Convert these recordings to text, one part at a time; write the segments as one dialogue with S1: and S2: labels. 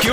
S1: ¿Qué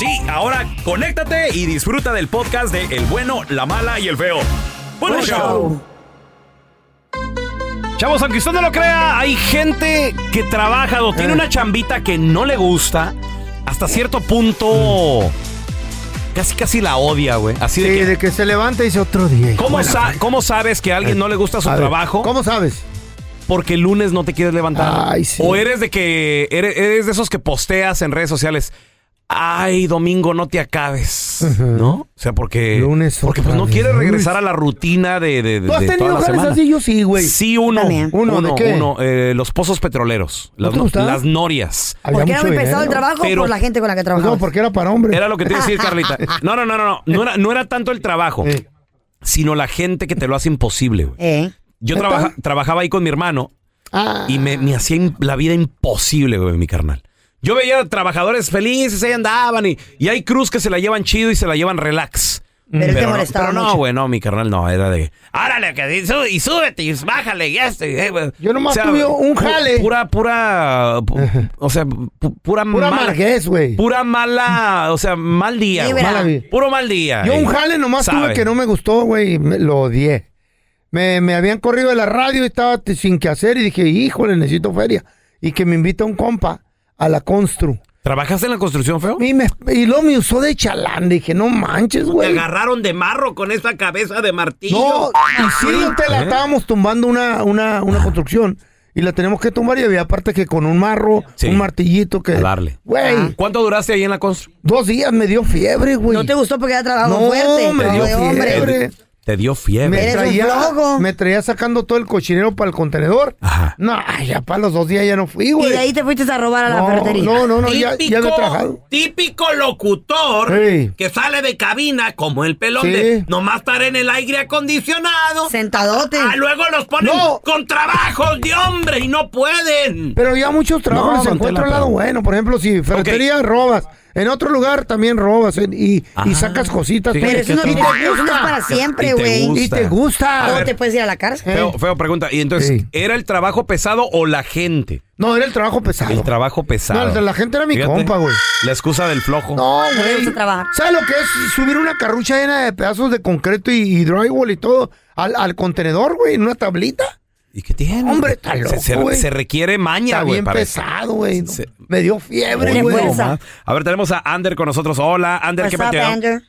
S1: Sí, ahora conéctate y disfruta del podcast de El bueno, la mala y el feo. Bueno,
S2: Buen
S1: show.
S2: show.
S1: Chavos, aunque usted no lo crea, hay gente que trabaja o
S3: Eh.
S1: tiene una chambita que no le gusta, hasta cierto punto casi casi la odia, güey. Así de
S3: Sí,
S1: que
S3: de que se levanta y dice otro día.
S1: ¿Cómo,
S3: Bueno, pues,
S1: sa- cómo sabes que a alguien no le gusta su
S3: a ver,
S1: trabajo?
S3: ¿Cómo sabes?
S1: Porque el lunes no te quieres levantar. O eres de que eres, eres de esos que posteas en redes sociales. Ay, domingo no te acabes. ¿No? O sea, porque
S3: Lunes
S1: porque pues
S3: otra
S1: no
S3: vez.
S1: quieres regresar a la rutina de, de, de-
S3: ¿Tú has
S1: de toda
S3: tenido
S1: la
S3: jales
S1: semana.
S3: así? Yo sí, güey.
S1: Sí, uno.
S4: También.
S3: ¿Uno de
S1: uno,
S3: qué?
S1: uno, eh, los pozos petroleros.
S3: ¿No
S1: Las,
S3: te gustaba?
S1: las norias.
S3: Había
S4: ¿Por qué era
S3: mucho
S4: muy pesado
S3: dinero.
S4: el trabajo?
S1: Pero-
S4: por la gente con la que
S3: No,
S4: trabajamos.
S3: porque era para hombres.
S1: Era lo que te iba a decir, Carlita. No, no, no, no, no. No era, no era tanto el trabajo,
S3: Eh.
S1: sino la gente que te lo hace imposible, güey.
S4: ¿Eh?
S1: Yo
S3: ¿Neta?
S1: trabaja- trabajaba ahí con mi hermano
S3: Ah,
S1: y me, me hacía im- la vida imposible, güey, mi carnal. Yo veía a trabajadores felices, ahí andaban y, y hay cruz que se la llevan chido y se la llevan relax.
S4: Pero él te
S1: no-
S4: molestaba
S1: pero no,
S4: mucho.
S1: güey, no, mi carnal no, era de, árale, que di- su- y súbete, y bájale, y esto, y, eh, güey".
S3: Yo nomás tuve un
S1: pu-
S3: jale.
S1: Pura, pura, pu- o sea, pu- pura,
S3: pura
S1: mala-
S3: amarguez, güey.
S1: Pura mala, o sea, mal día. güey.
S4: Libera.
S3: Mala vida.
S1: Puro mal día.
S3: Yo un
S1: eh.
S3: jale nomás tuve
S1: Sabe.
S3: que no me gustó, güey, y me- lo odié. Me, me habían corrido de la radio y estaba t- sin que hacer y dije, híjole, necesito feria. Y que me invita un compa a la Constru.
S1: ¿Trabajaste en la construcción, feo?
S3: Y, me, y luego me usó de chalán. Dije, no manches, güey.
S1: agarraron de marro con esta cabeza de martillo.
S3: No, y sí, te la
S1: ¿Eh?
S3: estábamos tumbando una, una,
S4: Ah.
S3: una construcción. Y la tenemos que tumbar y había aparte que con un marro,
S1: Sí.
S3: un martillito que...
S1: A darle.
S3: Güey,
S1: ¿Cuánto duraste ahí en la construcción?
S3: dos días me dio fiebre, güey.
S4: No te gustó porque era trabajo
S3: No,
S4: fuerte.
S3: me
S4: no,
S3: dio
S4: de hombre.
S3: fiebre.
S1: Te dio
S3: Me
S1: fiebre.
S4: Eres un
S3: traía,
S4: flojo.
S3: me traía sacando todo el cochinero para el contenedor.
S1: Ajá.
S3: No, ay, ya para los dos días ya no fui,
S4: Y
S3: güey.
S4: de ahí te fuiste a robar a la
S3: no,
S4: ferretería.
S3: no, no, no, ya, ya había trabajado.
S1: típico locutor
S3: Ey.
S1: que sale de cabina como el pelón
S3: Sí.
S1: de nomás estar en el aire acondicionado.
S4: Sentadote.
S1: Ah, luego los ponen
S3: No.
S1: con trabajos de hombre y no pueden.
S3: Pero ya muchos trabajos
S1: No,
S3: les
S1: don
S3: encuentro
S1: Tela,
S3: al lado
S1: pero-
S3: bueno. Por ejemplo, si ferretería robas, En otro lugar también robas eh, y, y
S1: Ah,
S3: sacas cositas.
S1: fíjate
S3: pues,
S1: que
S4: Pero eso no,
S3: y
S1: tú-
S3: te
S4: tiene- eso no es para
S3: gusta.
S4: siempre,
S1: Y te
S4: güey.
S3: Y te
S1: A
S3: gusta.
S4: O
S1: ver.
S4: te puedes ir a la cárcel.
S3: Eh.
S1: Feo, feo pregunta. Y entonces,
S3: Sí.
S1: ¿era el trabajo pesado o la gente?
S3: No, era el trabajo pesado.
S1: El trabajo pesado.
S3: No, el de la gente era mi compa, güey.
S1: La excusa del flojo.
S3: No,
S4: No le gusta
S3: güey.
S4: trabajar.
S3: ¿Sabes lo que es subir una carrucha llena de pedazos de concreto y, y drywall y todo al, al contenedor, güey, en una tablita?
S1: ¿Y qué tiene?
S3: Hombre, está
S1: Se-
S3: loco,
S1: se,
S3: güey.
S1: se requiere maña,
S3: Está
S1: güey,
S3: bien
S1: para eso.
S3: pesado, güey.
S1: Se-
S3: Me dio
S4: Oye,
S3: fiebre,
S1: Hoy
S3: güey.
S4: fuerza.
S1: nomás. A ver, tenemos a Ander con nosotros. Hola, Ander,
S4: What's
S1: ¿qué
S4: up,
S1: patea?
S4: Andrew?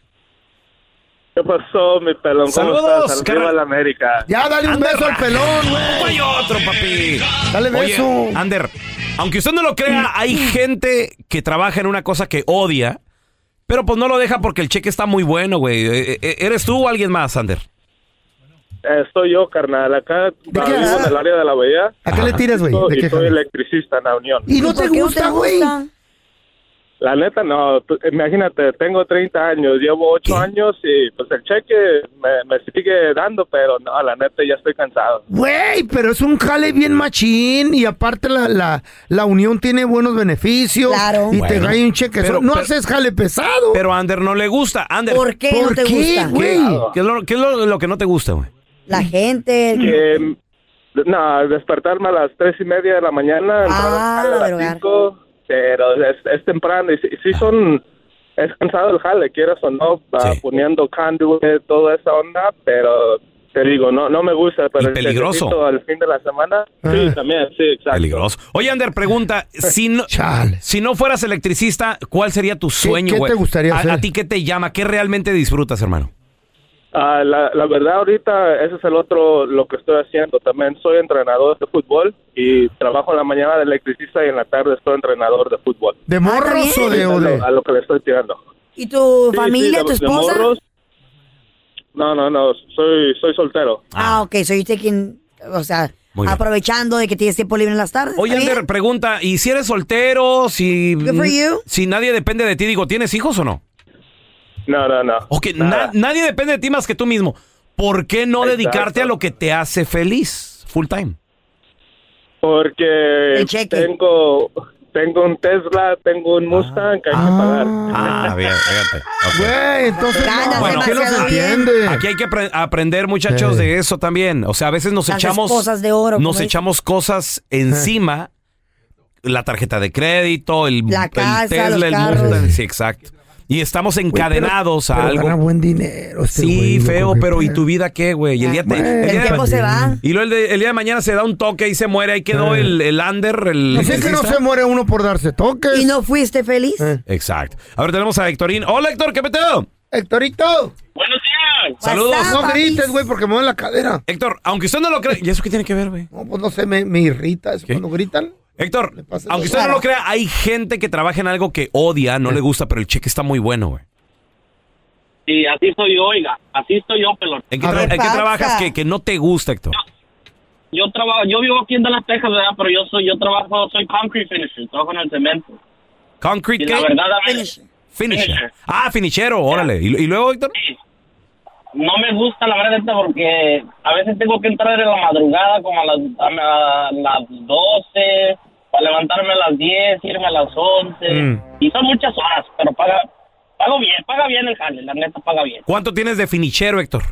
S5: ¿Qué pasó, mi pelón? ¿Cómo
S1: Saludos,
S5: estás?
S1: carnal.
S5: Arriba la América.
S3: Ya, dale un beso al pelón, güey.
S1: Hay otro, oh, papi.
S3: Dale beso.
S1: Oye, Ander, aunque usted no lo crea, hay
S4: Mm.
S1: gente que trabaja en una cosa que odia, pero pues no lo deja porque el cheque está muy bueno, güey. Eh, eh, ¿Eres tú o alguien más, Ander?
S5: Eh, Estoy yo, carnal. Acá ah,
S3: qué
S5: vivo
S3: edad?
S5: en el área de la Bahía.
S3: ¿A qué le tiras, güey?
S5: Soy-
S3: ¿De
S5: Y
S3: qué
S5: soy
S3: jale?
S5: electricista en la Unión.
S3: ¿Y no
S4: ¿Por
S3: te
S4: qué
S3: gusta, güey?
S5: La neta, no. Tú- Imagínate, tengo 30 años, llevo 8 años y pues el cheque me, me sigue dando, pero no, la neta ya estoy cansado.
S3: Güey, pero es un jale bien machín y aparte la, la, la unión tiene buenos beneficios.
S4: Claro.
S3: Y te
S1: Bueno,
S3: cae un cheque.
S1: pero-
S3: no
S1: pero-
S3: haces jale pesado.
S1: Pero a Ander no le gusta. Ander,
S4: ¿Por qué no
S3: ¿Por
S4: te
S3: qué,
S4: gusta?
S3: güey?
S1: ¿qué es lo, qué es lo- lo que no te gusta, güey?
S4: La gente.
S5: Que, mm, no, despertarme a las 3 y media de la mañana, entrar
S4: Ah,
S5: al jale a las
S4: madrugar.
S5: 5, pero es, es temprano y sí, sí son... Es cansado el jale, quieras o no, ah,
S1: Sí.
S5: poniendo conduit, toda esa onda, pero te digo, no no me gusta. Pero
S1: Y peligroso.
S5: necesito Al fin de la semana,
S3: Ah.
S5: sí, también, sí, exacto.
S1: Peligroso. Oye, Ander, pregunta, si no,
S3: Chales.
S1: si no fueras electricista, ¿cuál sería tu sueño,
S3: qué
S1: güey?
S3: te gustaría
S1: ¿A-
S3: hacer?
S1: ¿A ti qué te llama? ¿Qué realmente disfrutas, hermano?
S5: Ah, la, la verdad ahorita ese es el otro lo que estoy haciendo. También soy entrenador de fútbol y trabajo en la mañana de electricista y en la tarde soy entrenador de fútbol.
S3: ¿De morros o de,
S5: Es
S3: o de-
S5: lo- a lo que le estoy tirando.
S4: ¿Y tu
S5: Sí,
S4: familia,
S5: sí, de-
S4: tu
S5: de
S4: esposa?
S5: morros. No, no, no, soy soy soltero.
S4: Ah, ok, soy usted quien, o sea,
S1: Muy bien.
S4: aprovechando de que tienes tiempo libre en las tardes.
S1: Oye,
S4: ¿está bien?
S1: Ander, pregunta, ¿y si eres soltero? Si,
S4: Good for you.
S1: si nadie depende de ti, digo, ¿tienes hijos o no?
S5: No, no, no.
S1: O que
S5: Nada.
S1: na- nadie depende de ti más que tú mismo. ¿Por qué no
S5: Exacto.
S1: dedicarte a lo que te hace feliz full time?
S5: Porque
S4: El cheque.
S5: tengo tengo un Tesla, tengo un Mustang que hay que pagar.
S1: Ah, bien, fíjate.
S3: Güey, entonces.
S4: Ganas
S3: No,
S1: Bueno,
S3: ¿Por qué no se
S4: demasiado bien.
S3: entiende?
S1: Aquí hay que apre- aprender, muchachos,
S3: Sí.
S1: de eso también. O sea, a veces nos
S4: Las
S1: echamos.
S4: esposas de oro, como
S1: Nos
S4: dicen.
S1: echamos cosas encima. La tarjeta de crédito, el,
S4: La
S1: el
S4: casa, los
S1: Tesla, el
S4: carros.
S1: Mustang. Sí, exacto. Y estamos encadenados
S3: Pero
S1: a algo.
S3: gana buen dinero este güey,
S1: Sí,
S3: loco,
S1: feo,
S3: qué
S1: pero ¿y
S3: pedo.
S1: tu vida qué, güey? Y el día, te-
S3: Bueno,
S1: el
S4: Ah, El
S1: día de-
S4: tiempo se va.
S1: Y luego el, de- el día de mañana se da un toque y se muere. Ahí quedó
S3: Eh.
S1: el, el under, el.
S3: Dicen que no
S1: electricista.
S3: se muere uno por darse toques.
S4: ¿Y no fuiste feliz?
S3: Eh.
S1: Exacto. Ahora tenemos a Héctorín. Hola, Héctor, ¿qué peteo?
S3: Héctorito,
S5: Buenos días.
S1: Saludos.
S4: What's up,
S3: no
S4: papis?
S3: grites, güey, porque me duele la cadera.
S1: Héctor, aunque usted no lo crea. ¿Y eso qué tiene que ver, güey?
S3: No, pues no sé, me, me irrita eso cuando gritan.
S1: Héctor,
S3: pasa
S1: aunque usted no lo crea, hay gente que trabaja en algo que odia, no le gusta, pero el cheque está muy bueno, güey.
S5: Y así soy yo, oiga, así soy yo, pelón.
S1: ¿En qué,
S3: A
S1: tra-
S3: ver,
S1: en qué
S4: pasa.
S1: trabajas que, que no te gusta, Héctor?
S5: yo trabajo, yo vivo aquí en Dallas, Texas, ¿verdad? Pero yo soy, yo trabajo, soy concrete finisher, trabajo en el cemento.
S1: Concrete
S5: Y la
S1: Gate
S5: verdad, a ver,
S4: Finish.
S1: Finisher.
S5: finisher.
S1: Ah, finichero, órale. ¿Y, y luego, Héctor?
S5: no me gusta la verdad neta, porque a veces tengo que entrar en la madrugada como a las, a la- las 12, para levantarme a las 10, irme a las 11.
S1: Mm.
S5: Y son muchas horas, pero paga, pago bien, paga bien el jale, la neta paga bien.
S1: ¿Cuánto tienes de finichero, Héctor?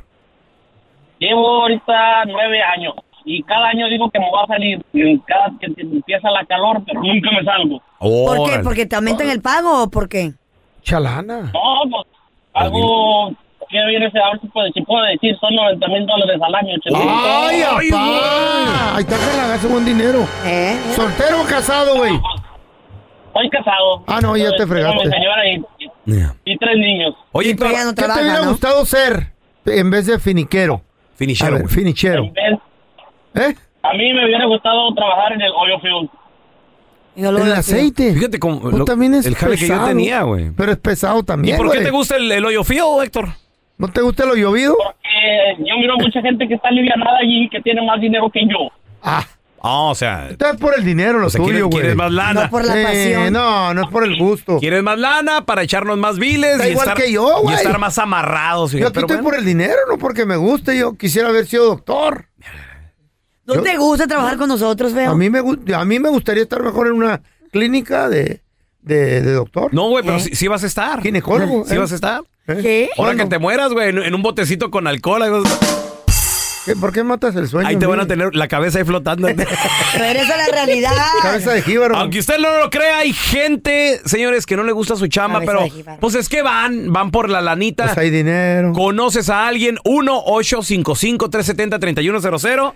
S5: Llevo ahorita nueve años y cada año digo que me va a salir y cada que empieza la calor, pero nunca me salgo.
S4: ¿Por qué?
S1: Órale.
S4: ¿Porque te aumentan el pago o por qué?
S3: Chalana.
S5: No, pues, algo que viene ese, a ver si puedo, si puedo decir, son 90 mil dólares al año. chico.
S3: ¡Ay,
S1: Ay,
S3: apá! Ahí está que la hace buen dinero.
S4: ¿Eh?
S3: ¿Soltero o casado, güey?
S5: Estoy casado.
S3: Ah, no, ya te
S5: Tengo
S3: fregaste.
S5: mi señora y,
S1: Yeah.
S5: y tres niños.
S1: Oye,
S4: Y pues
S1: Héctor,
S4: ya no
S3: ¿Qué te
S4: trabaja,
S3: hubiera
S4: ¿no?
S3: gustado ser en vez de finiquero? A
S1: finichero,
S3: ver,
S1: güey.
S3: finichero.
S5: ¿Ves?
S3: ¿Eh?
S5: A mí me hubiera gustado trabajar en el oil field.
S4: Yo lo
S3: El
S4: veo así.
S3: aceite.
S1: Fíjate cómo-
S3: Tú
S1: lo-
S3: también es
S1: el jale que yo
S3: pesado,
S1: tenía, güey.
S3: Pero es pesado
S1: ¿Y
S3: también,
S1: por qué
S3: güey.
S1: te gusta el, el hoyo fío, Héctor?
S3: ¿No te gusta lo llovido?
S5: Eh, yo miro mucha gente que está alivianada allí y que tiene más dinero que yo.
S3: Ah,
S1: Ah, o sea,
S3: esto es por el dinero lo
S1: o sea,
S3: tuyo,
S1: ¿quieres,
S3: güey.
S1: quieres más lana.
S4: No por la
S3: Eh,
S4: pasión.
S3: no, no es por el gusto.
S1: ¿Quieres más lana para echarnos más viles?
S3: Está
S1: y
S3: igual
S1: estar,
S3: que yo,
S1: Y
S3: güey.
S1: estar más amarrados.
S3: Yo
S1: fíjate,
S3: aquí
S1: pero
S3: estoy
S1: bueno.
S3: por el dinero, no porque me guste. Yo quisiera haber sido doctor.
S4: ¿No
S3: Yo- ¿Mm?
S4: te gusta trabajar con nosotros, feo?
S3: A mí me, gu- a mí me gustaría estar mejor en una clínica de, de, de doctor.
S1: No, güey, pero
S4: ¿Eh?
S1: sí, sí vas a estar.
S3: Ginecólogo,
S1: Sí
S3: ¿eh?
S1: vas a estar.
S4: ¿Qué?
S1: Ahora que te mueras, güey, en, en un botecito con alcohol, ahí, vas-
S3: ¿Qué- ¿Por qué matas el sueño?
S1: ahí te van a
S3: mire?
S1: tener la cabeza ahí flotando.
S4: Regresa a la realidad.
S3: Cabeza de jíbaro.
S1: Aunque usted no lo crea, hay gente, señores, que no le gusta su chamba,
S4: Cabeza
S1: pero
S4: de jíbaro.
S1: pues es que van, van por la lanita.
S3: Pues hay dinero.
S1: ¿Conoces a alguien? 1-855-370-3100.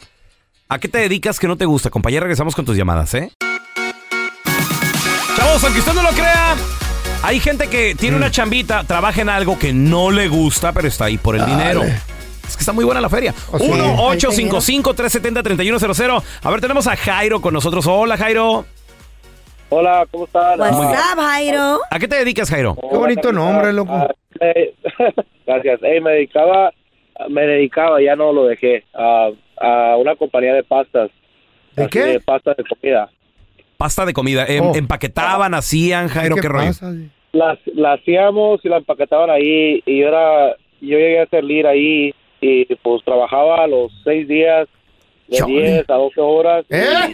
S1: ¿A qué te dedicas que no te gusta, compañera? Regresamos con tus llamadas, ¿eh? Chavos, aunque usted no lo crea, hay gente que
S3: Mm.
S1: tiene una chambita, trabaja en algo que no le gusta, pero está ahí por el dinero. Es que está muy buena la feria.
S3: Oh, sí.
S1: 1-855-370-3100. A ver, tenemos a Jairo con nosotros. Hola, Jairo.
S2: Hola, ¿cómo estás?
S4: What's up, Jairo?
S1: ¿A qué te dedicas, Jairo?
S3: Qué bonito nombre, loco.
S2: Ah, eh, gracias. Eh, me dedicaba, me dedicaba, ya no lo dejé, a, a una compañía de pastas.
S3: ¿De
S2: Así
S3: qué?
S2: De pastas de comida.
S1: Pasta de comida. Em-
S3: Oh.
S1: Empaquetaban, hacían, Jairo, qué, rollo.
S3: pasa?
S2: Las, la hacíamos y la empaquetaban ahí y yo era, yo llegué a ser lead ahí y pues trabajaba los seis días de
S1: Chale.
S2: 10 a 12 horas. y-
S3: ¿Eh?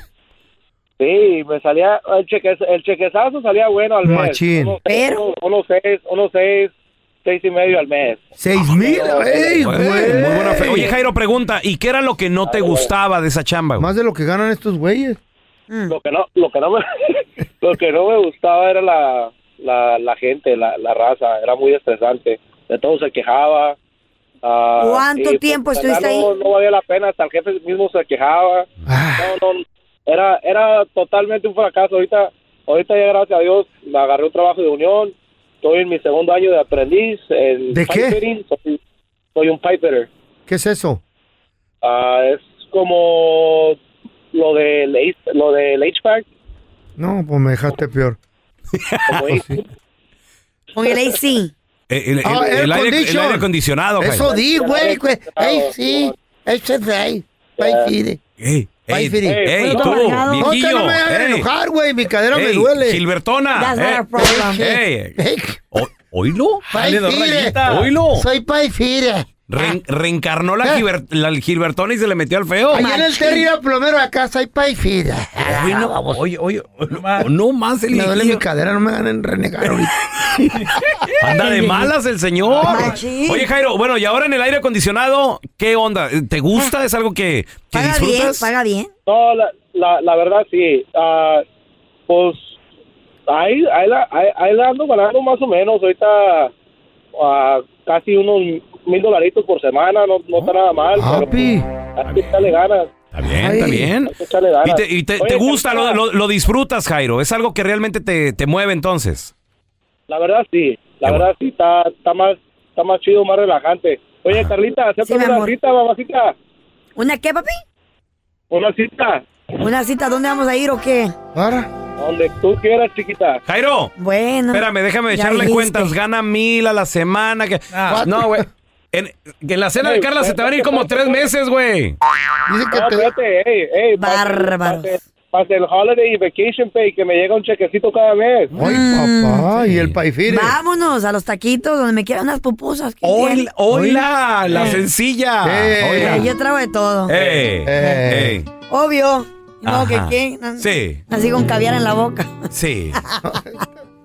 S2: Sí, y me salía, el, cheque, el chequezazo salía bueno al mes.
S3: Machín.
S2: Unos-
S4: Pero-
S2: unos- unos seis, unos seis, seis y medio al mes.
S3: Seis mil, ey,
S1: Ah, Güey,
S3: güey.
S1: muy buena fe- Oye, Jairo, pregunta, ¿y qué era lo que no te gustaba de esa chamba, güey?
S3: Más de lo que ganan estos güeyes.
S4: Mm.
S2: lo que no lo que no me lo que no me gustaba era la la, la gente la, la raza era muy estresante de todo se quejaba ah,
S4: ¿Cuánto
S2: y,
S4: tiempo
S2: la
S4: estuviste
S2: verdad, no,
S4: ahí?
S2: no valía la pena hasta el jefe mismo se quejaba
S3: Ah,
S2: no, no, era era totalmente un fracaso ahorita ahorita ya gracias a Dios me agarré un trabajo de unión estoy en mi segundo año de aprendiz en
S3: ¿De qué?
S2: pipetting. soy, soy un pipeter
S3: ¿Qué es eso?
S2: Ah, es como lo del H- lo del HVAC
S3: No, pues me dejaste peor. Oh,
S2: como
S3: sí.
S4: Con el AC.
S1: Eh, El, el-
S3: Ah,
S1: el
S3: air
S1: aire,
S3: condition.
S1: el aire acondicionado, pues. güey.
S3: Eso di, güey. güey. Ey, sí. Eso es de ahí. Ahí sí, de-
S1: Ey,
S3: Ay,
S1: ey,
S3: Firi.
S1: ey,
S4: Puto
S1: tú,
S4: amargado.
S3: No te
S1: viejillo,
S3: no me hagas
S1: ey,
S3: enojar, güey. Mi cadera me
S1: ey,
S3: duele.
S1: Gilbertona.
S4: That's not
S1: eh,
S4: our problem.
S1: ey,
S3: Ey,
S1: o- ¿Oílo?
S3: Pai
S1: Dale, don
S3: Fire.
S1: Rayita, ¿Oílo?
S3: Soy Paifire.
S1: Re- reencarnó la,
S3: Eh.
S1: Gilber- la Gilbertona y se le metió al
S4: Oh,
S1: feo.
S3: Allá en el Terry era plomero, acá soy Paifire.
S1: Oye, no, oye, oye, no más. no más el
S3: Ah, Me duele mi
S1: viejillo.
S3: cadera, no me van a renegar ahorita.
S1: Anda de malas el señor.
S3: Ah,
S4: Machín.
S1: Oye, Jairo, bueno, y ahora en el aire acondicionado, ¿qué onda? ¿Te
S3: Ah.
S1: gusta? ¿Es algo que, que
S4: Paga bien,
S1: disfrutas?
S4: paga bien.
S2: No, la, la, la verdad sí. Ah, pues ahí, ahí, la, ahí, ahí la ando ganando más o menos. Ahorita ah, casi unos mil dolaritos por semana. No, no está nada mal. pero
S3: Papi.
S2: hay que echarle ganas.
S1: Ah, Está bien, está
S3: Ay.
S1: bien.
S2: Hay que echarle ganas.
S1: Y te, y te-
S2: Oye,
S1: te gusta, lo,
S2: Carlita,
S1: lo- lo disfrutas, Jairo. Es algo que realmente te, te mueve entonces.
S2: La verdad sí. La
S1: Qué bueno.
S2: verdad sí. Está, está, más, está más chido, más relajante.
S1: Ah.
S2: Oye, Carlita,
S4: Sí,
S2: acepta
S4: mi
S2: una
S4: amor.
S2: cita, mamacita.
S4: ¿Una qué, papi?
S2: Una cita.
S4: ¿Una cita? ¿Dónde vamos a ir o qué?
S3: Para.
S2: Donde tú quieras, chiquita.
S1: Jairo,
S4: Bueno.
S1: espérame, déjame
S4: ya
S1: echarle
S4: dijiste.
S1: cuentas. Gana mil a la semana. que-
S3: Ah.
S1: No, güey. En, en la cena de
S2: Ey,
S1: Carla se te van a ir
S2: espérate,
S1: como tres meses, güey.
S3: Dice que
S6: Ah,
S2: No,
S3: te.
S2: espérate, ey, ey, pase-
S4: Bárbaros.
S2: pase- Pase el holiday y vacation pay, que me llega un chequecito cada mes.
S3: Ay, papá. Y el Paifire.
S4: Vámonos a los taquitos donde me quieran unas pupusas. ¿qué
S1: Hoy,
S4: quieres?
S1: hoy la, la
S4: Eh.
S1: sencilla.
S3: Eh.
S1: Hola.
S4: Eh, Yo trago de todo.
S1: Ey,
S3: Eh.
S1: ey.
S4: Obvio. No,
S1: Ajá.
S4: que qué.
S1: Sí.
S4: Así con caviar en la boca.
S1: Sí.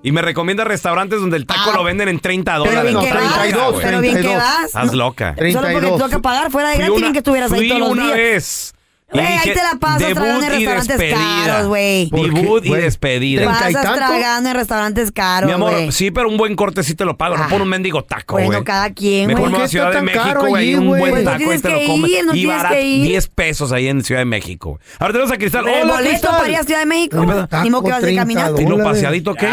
S1: Y me recomienda restaurantes donde el taco
S4: Ah.
S1: lo venden en 30
S3: Pero
S1: dólares.
S3: bien
S1: No,
S3: que
S4: vas,
S3: 32,
S1: güey.
S4: pero bien que
S3: 32.
S4: vas.
S1: Estás
S4: No,
S1: loca.
S4: Solo porque te
S3: 32.
S4: toca pagar fuera de
S1: Fui
S4: gratis, bien
S1: una-
S4: que estuvieras ahí
S1: fui
S4: todos los
S1: una
S4: días.
S1: vez. Y
S4: Güey, ahí
S1: dije,
S4: te la pasas tragando en
S1: debut y
S4: restaurantes
S1: despedida.
S4: caros, güey.
S3: ¿Por qué,
S1: Debut y
S3: güey?
S1: despedida.
S3: ¿Treinta y
S4: Pasas
S3: tanto?
S4: tragando en restaurantes caros,
S1: Mi amor,
S4: güey.
S1: sí, pero un buen corte sí te lo pago, no
S4: Ah.
S1: por un mendigo taco, güey.
S4: Bueno, cada quien,
S1: Mejor
S4: güey.
S1: me voy a
S3: ¿Por qué está
S1: Ciudad de
S3: tan
S1: México,
S3: caro
S1: güey,
S3: allí,
S1: un
S3: güey?
S1: buen
S3: Pues
S4: no
S1: taco, ahí
S4: tienes
S1: te lo
S4: que
S1: comes.
S4: ir, no
S1: y
S4: tienes
S1: barato,
S4: que ir.
S1: 10 pesos ahí en Ciudad de México. Ahora tenemos a Cristal.
S4: Pero el
S1: Hola,
S4: boleto
S1: Cristal.
S4: para ir a Ciudad de México.
S1: ¿Qué pasa?
S4: Ni modo que
S3: Taco
S4: vas a ir
S3: 30
S4: caminando.
S1: ¿Y lo
S3: Dólares.
S1: paseadito qué?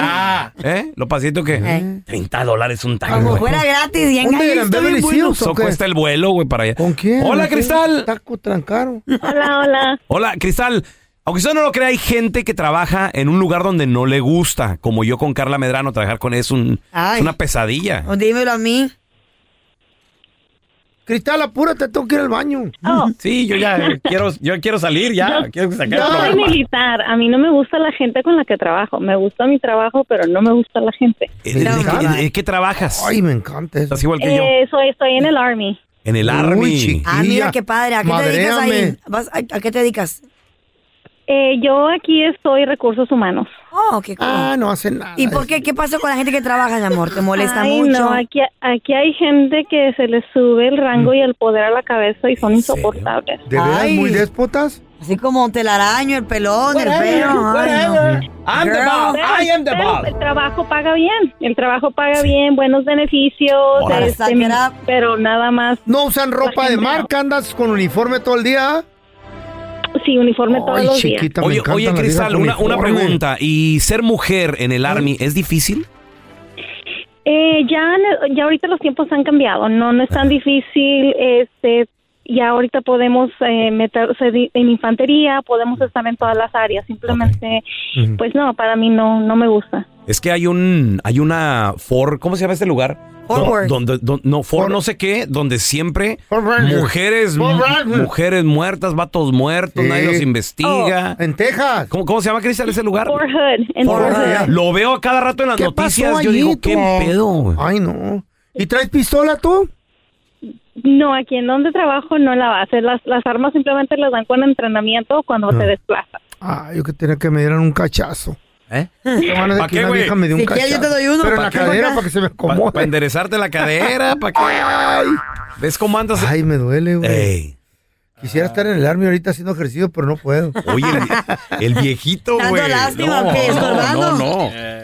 S1: ¿Eh? ¿Lo paseadito qué?
S4: Eh.
S1: 30 dólares un taco.
S4: Como
S1: güey.
S4: fuera gratis y
S3: ¿Dónde
S4: engaño.
S3: eran?
S4: estoy bien pues.
S3: ¿Beverly
S4: bueno.
S3: Hills?
S1: Eso
S3: ¿O qué?
S1: cuesta el vuelo, güey, para allá.
S3: ¿Con quién?
S1: Hola,
S3: ¿Con quién?
S1: Cristal.
S3: Taco tan caro.
S7: Hola, hola.
S1: Hola, Cristal. Aunque usted no lo crea, hay gente que trabaja en un lugar donde no le gusta. Como yo con Carla Medrano, trabajar con él es, un,
S4: Ay.
S1: es una pesadilla.
S4: O Oh, Dímelo a mí.
S3: Cristal, apúrate, tengo que ir al baño.
S7: Oh,
S1: Sí, yo ya eh, quiero, yo quiero salir ya. Quiero sacar el
S7: soy
S1: programa.
S7: militar. A mí no me gusta la gente con la que trabajo. Me gusta mi trabajo, pero no me gusta la gente.
S1: Eh, ¿de
S4: No,
S1: qué-
S4: mamá.
S1: ¿De qué trabajas?
S3: Ay, me encanta eso.
S1: Estás igual que yo.
S7: Eh, soy, estoy en el Army.
S1: En el
S3: Uy,
S1: Army.
S3: chiquita.
S4: Ah,
S3: Tía,
S4: mira qué padre. ¿A qué te dedicas ahí?
S3: madréame.
S4: ¿Vas- a, a qué te dedicas?
S7: Eh, yo aquí estoy recursos humanos.
S4: Oh, qué cool.
S3: Ah, no hacen nada.
S4: ¿Y por qué? ¿Qué pasa con la gente que trabaja, mi amor? ¿Te molesta
S7: Ay,
S4: mucho?
S7: no, aquí, aquí hay gente que se les sube el rango y el poder a la cabeza y son insoportables.
S3: ¿De veras
S4: Ay.
S3: muy déspotas?
S4: Así como un telaraño, el pelón, el
S3: Whatever,
S4: pelo. ay, no.
S3: whatever. I'm the
S4: Girl.
S3: boss. I am the
S7: Pero
S3: boss.
S7: el trabajo paga bien, el trabajo paga bien, buenos beneficios,
S4: Órale.
S7: este,
S4: Suck it up.
S7: pero nada más,
S3: No usan ropa de
S7: ejemplo.
S3: marca, andas con uniforme todo el día.
S7: sí, uniforme todos
S3: Ay,
S7: los días.
S3: chiquita, me
S1: Oye,
S3: encantan
S1: oye
S3: las viejas
S1: Cristal,
S3: con
S1: una, una
S3: uniforme.
S1: pregunta. ¿Y ser mujer en el Army es difícil?
S7: Eh, ya, ne- ya ahorita los tiempos han cambiado, no, no es tan difícil, este, ya ahorita podemos eh, meterse di- en infantería, podemos estar en todas las áreas, simplemente,
S3: Mm.
S7: pues no, para mí no, no me gusta.
S1: Es que hay un hay una for, ¿cómo se llama este lugar?
S4: Fort
S1: Do-
S4: Worth.
S1: Donde, don- no, for
S3: Fort-
S1: no sé qué, donde siempre
S3: Fort Ranger.
S1: mujeres
S3: Fort Ranger.
S1: mujeres muertas, vatos muertos,
S3: Sí. Oh,
S1: nadie los investiga.
S3: En Texas.
S1: ¿Cómo, cómo se llama Cristal ese lugar?
S7: Fort Hood, en
S3: Fort
S7: Fort
S3: Hood.
S7: Hood.
S1: Lo veo a cada rato en las
S3: ¿Qué
S1: noticias.
S3: pasó
S1: Yo
S3: allí,
S1: digo,
S3: tú?
S1: ¿qué pedo? güey?
S3: Ay, no. ¿Y traes pistola tú?
S7: No, aquí en donde trabajo no en la base. Las, las armas simplemente las dan con entrenamiento o cuando
S3: Ah.
S7: te desplazas.
S3: Ay, yo que tenía que me dieran un cachazo.
S1: ¿Eh?
S3: Qué van a decir
S1: ¿Pa'
S3: que
S1: qué,
S3: una
S1: güey?
S3: vieja me dio un
S4: Si
S3: cachazo.
S4: quieres, yo te doy uno,
S3: Pero en
S4: ¿pa'
S3: la
S4: qué?
S3: cadera para que se me
S1: Para
S3: acomode.
S1: enderezarte la cadera, para que... ¿Ves cómo andas?
S3: Ay, me duele, güey.
S1: Ey.
S3: Quisiera estar en el army ahorita haciendo ejercicio, pero no puedo.
S1: Oye, el, el viejito,
S4: Dando
S1: güey.
S4: lástima,
S1: no,
S4: que
S1: no,
S4: estorbados.
S1: no, no.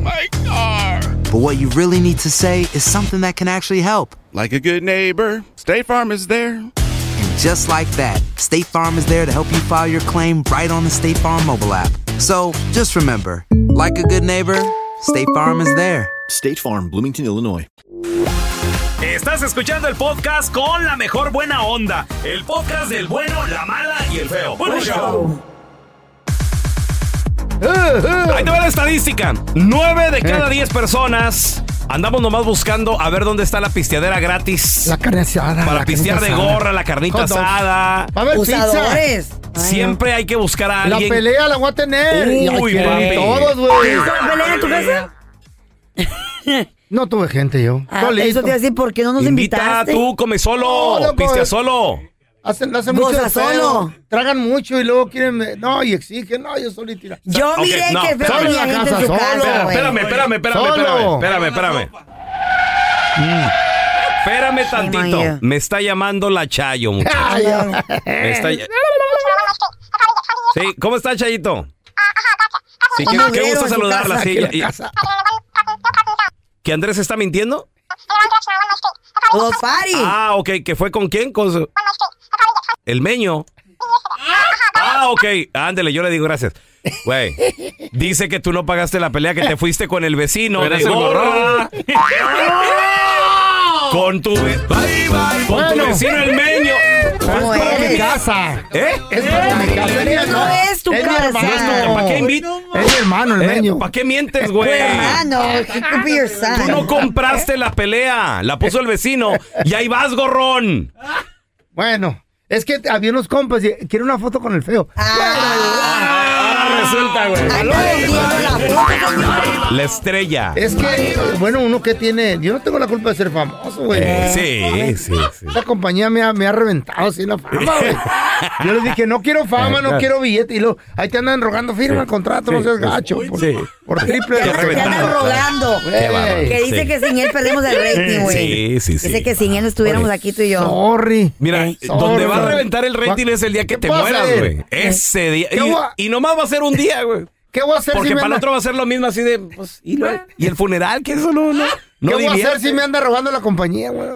S8: My car! But what you really need to say is something that can actually help.
S9: Like a good neighbor, State Farm is there.
S8: And just like that, State Farm is there to help you file your claim right on the State Farm mobile app. So just remember, like a good neighbor, State Farm is there.
S9: State Farm, Bloomington, Illinois.
S1: Estás escuchando el podcast con la mejor buena onda. El podcast del bueno, la mala y el feo. Bueno, show. Eh, Ahí te va la estadística. 9 de
S3: Eh.
S1: cada 10 personas andamos nomás buscando a ver dónde está la pisteadera gratis.
S3: La carne asada.
S1: para
S3: Ah, la
S1: pistear
S3: carne
S1: de
S3: asada.
S1: gorra, la carnita
S3: Hot dogs.
S1: asada.
S3: Va a haber pizza.
S4: Usadores.
S1: Siempre hay que buscar a
S3: La
S1: alguien.
S3: pelea la voy a tener. Y ahí
S1: Uy,
S3: quieren
S1: papi.
S3: ir todos, güey.
S4: ¿Pelea en tu casa?
S3: No tuve gente yo.
S4: Ah,
S3: Solito.
S4: eso te iba a decir, ¿por qué no nos
S1: Invita
S4: invitaste?
S1: tú, come solo,
S3: No, loco,
S1: pistea
S3: eh.
S1: solo.
S3: Hacen, hacen mucho
S4: Goza
S3: de pedo.
S4: solo.
S3: Tragan mucho y luego quieren... No, y exigen. No, yo solito. irá.
S4: Yo
S1: Ok,
S4: miré
S1: no,
S4: que el feo
S1: solo en
S4: tenía
S3: la
S4: gente en
S3: casa,
S4: su
S3: solo.
S4: casa, güey.
S1: Espérame, espérame, espérame, espérame,
S3: Solo.
S1: espérame, espérame. Espérame tantito.
S4: you.
S1: Me está llamando la Chayo, muchacho.
S3: Ay, ya.
S1: Me está ll- Sí, ¿cómo está Chayito? Sí, qué,
S4: ¿Cómo
S1: qué
S4: vieron
S1: gusto
S4: en su
S1: saludarla.
S4: casa?
S1: sí,
S3: Aquí en
S1: y-
S3: la casa.
S1: ¿Que Andrés está mintiendo?
S4: Todo party.
S1: Ah, ok. ¿Que fue con quién? Con su- El meño. Ah, ok. Ándele, yo le digo gracias. Güey, dice que tú no pagaste la pelea, que te fuiste con el vecino. de gorra. con tu, ve- con tu
S3: Bueno.
S1: vecino el meño.
S4: ¿Cómo
S3: Es para
S4: eres?
S3: mi casa.
S1: ¿Eh?
S3: Es para mi casa.
S4: pero
S3: Es mi
S4: no
S3: hermano.
S4: es tu
S3: mi
S4: casa.
S3: hermano.
S1: ¿Para qué invita?
S3: Es mi hermano, el meño.
S1: Eh, ¿Para qué mientes, güey?
S4: Tu hermano, he ah, could be your son.
S1: Tú no compraste la pelea, la puso el vecino y ahí vas, gorrón.
S3: Bueno, es que había unos compas y quiere una foto con el feo.
S4: Ah,
S1: Ahora resulta, güey.
S4: anda vendiendo la foto, señor.
S1: La estrella.
S3: Es que, eh, bueno, uno que tiene. Yo no tengo la culpa de ser famoso, güey.
S1: Eh, sí, sí, sí.
S3: Esta compañía me ha, me ha reventado así la fama, güey. Yo les dije, no quiero fama, no quiero billete. Y luego, ahí te andan rogando, firma el contrato, no seas gacho. Por,
S1: sí.
S3: por triple.
S1: Te
S3: no te
S4: Te
S1: reventaron.
S3: ganas.
S4: andan rogando.
S3: Güey,
S1: bárbaro.
S4: Que dice
S1: Sí.
S4: que sin él perdemos el rating, güey.
S1: Sí, sí, sí.
S4: Dice que sin él no estuviéramos aquí tú y yo.
S3: Sorry.
S1: Mira,
S3: Eh,
S1: donde
S3: sorry,
S1: va a
S3: sorry.
S1: reventar el rating es el día que
S3: ¿Qué
S1: te
S3: puedo
S1: mueras,
S3: hacer?
S1: güey. Ese día.
S3: ¿Qué voy a-
S1: Y, y nomás va a ser un día, güey.
S3: ¿Qué voy a hacer
S1: Porque
S3: si me
S1: para el
S3: anda-
S1: otro va a ser lo mismo así de. pues, y, lo- y el funeral, que eso no. no, no Ah,
S3: ¿Qué voy a hacer
S1: divierte.
S3: si me anda robando la compañía, güey?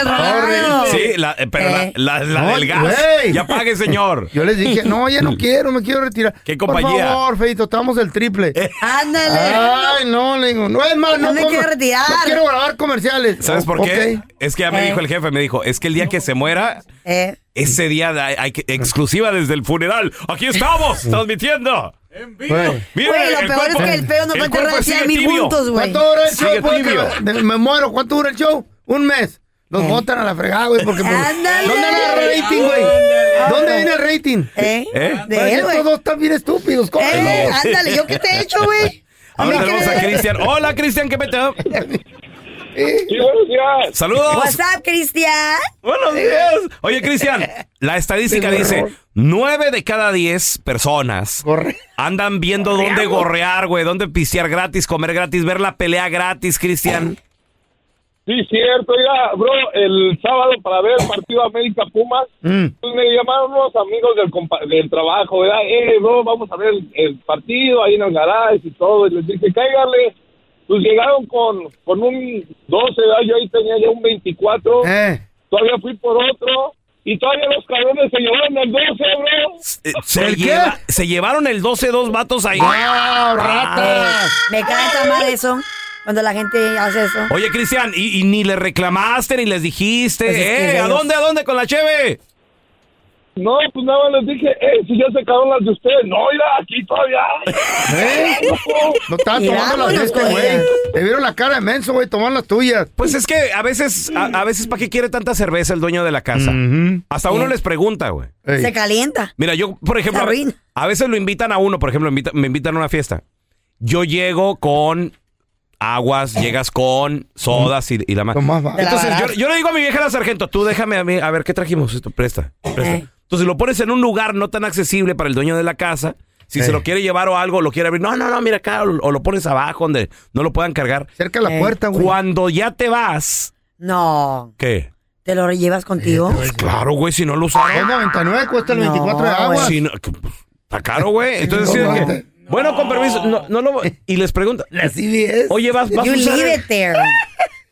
S4: ¡Ándale!
S1: Sí, la- eh, pero
S3: Eh.
S1: la, la- la
S3: No,
S1: del gas.
S3: güey.
S1: Ya pague, señor.
S3: Yo les dije, no, ya no quiero, me quiero retirar.
S1: ¿Qué compañía? Eh.
S3: Por favor, Feito, estamos el triple.
S4: ¡Ándale!
S3: Ay, no, le digo, no es más, no,
S4: Ya me
S3: como-
S4: quiero retirar.
S3: No quiero grabar comerciales.
S1: ¿Sabes por qué?
S3: Ok.
S1: Es que ya me
S3: Eh.
S1: dijo el jefe, me dijo, es que el día que se muera,
S4: Eh.
S1: ese día hay, hay que- exclusiva desde el funeral. Aquí estamos, transmitiendo. Miren,
S4: Güey, lo
S1: el
S4: peor es
S1: cuerpo-
S4: que el pelo no
S1: el
S4: va a
S1: cuerpo
S4: correr
S1: sigue
S4: 100 mil
S1: tibio.
S4: puntos, güey.
S3: ¿Cuánto dura el show?
S1: Sigue
S3: pues,
S1: tibio.
S3: que me, de- me muero. ¿Cuánto dura el show? Un mes. Los botan a la fregada, güey, porque... pues,
S4: Eh. Ándale.
S3: ¿Dónde viene el rating, güey?
S4: Ándale.
S3: ¿Dónde viene el rating?
S4: ¿Eh?
S1: ¿Eh?
S4: De
S3: Pues,
S4: él,
S3: estos
S4: güey.
S3: dos están bien estúpidos. ¿cómo?
S4: ¡Eh! ¡Ándale! ¿Yo qué te he hecho, güey?
S1: Ahora
S4: mí que
S1: tenemos
S4: me-
S1: a Cristian. Hola, Cristian, ¿qué peteo?
S3: Sí,
S2: buenos días.
S1: Saludos.
S4: What's up, Cristian?
S1: Buenos días. Oye, Cristian, la estadística dice, nueve de cada diez personas andan viendo dónde gorrear, güey, dónde pistear gratis, comer gratis, ver la pelea gratis, Cristian.
S10: Sí, cierto, oiga, bro, el sábado para ver el partido América Pumas,
S3: Mm.
S10: pues me llamaron unos amigos del, compa- del trabajo, ¿verdad? Eh, bro, vamos a ver el, el partido ahí en el garage y todo, y les dije, cáigale. Pues llegaron con, con un 12, ¿verdad? Yo ahí tenía ya un 24,
S1: Eh.
S10: todavía fui por otro, y todavía los cabrones se llevaron el 12, bro.
S1: Eh, Se, lleva- se llevaron el 12-2 vatos ahí.
S4: Eh, Me encanta mal eso, cuando la gente hace eso.
S1: Oye, Cristian, y, y ni le reclamaste, ni les dijiste,
S4: Pues es que
S1: eh,
S4: ellos-
S1: ¿a dónde, a dónde con la cheve?
S10: No, pues nada más les dije, eh, si ya se acabaron las de ustedes, no, mira, aquí todavía.
S3: ¿Eh? No estaban
S10: Mira,
S3: tomando
S10: vámonos
S3: las de este,
S4: pues.
S10: con
S3: güey.
S10: ella.
S3: Te vieron la
S4: Ah,
S3: cara de menso, güey, tomar las tuyas.
S1: Pues es que a veces, a, a veces, ¿para qué quiere tanta cerveza el dueño de la casa? Hasta uno
S4: Sí.
S1: les pregunta, güey.
S4: Se calienta.
S1: Mira, yo, por ejemplo,
S4: Se arruina.
S1: a veces lo invitan a uno, por ejemplo, invita- me invitan a una fiesta. Yo llego con aguas, llegas con sodas y, y la más. Ah. Entonces, yo, yo le digo a mi vieja la sargento, tú déjame a mí, a ver, ¿qué trajimos esto? Presta, presta. Entonces lo pones en un lugar no tan accesible para el dueño de la casa. Si
S3: Eh.
S1: se lo quiere llevar o algo, lo quiere abrir. No, no, no, mira acá. O, o lo pones abajo donde no lo puedan cargar.
S3: Cerca de la puerta, güey.
S1: Cuando ya te vas.
S4: No,
S1: ¿Qué?
S4: ¿te lo llevas contigo?
S1: Claro, güey, si no lo usaron.
S3: 2.99 cuesta el
S4: No,
S3: 24 de agua.
S1: Si no- está caro, güey. Entonces,
S3: No
S1: sí, de que,
S3: mames.
S1: bueno, con permiso, no, no lo. Y les pregunto. Oye, vas, vas a
S4: You
S1: usar.
S4: leave
S1: el-
S4: it there.
S3: ¡Ah!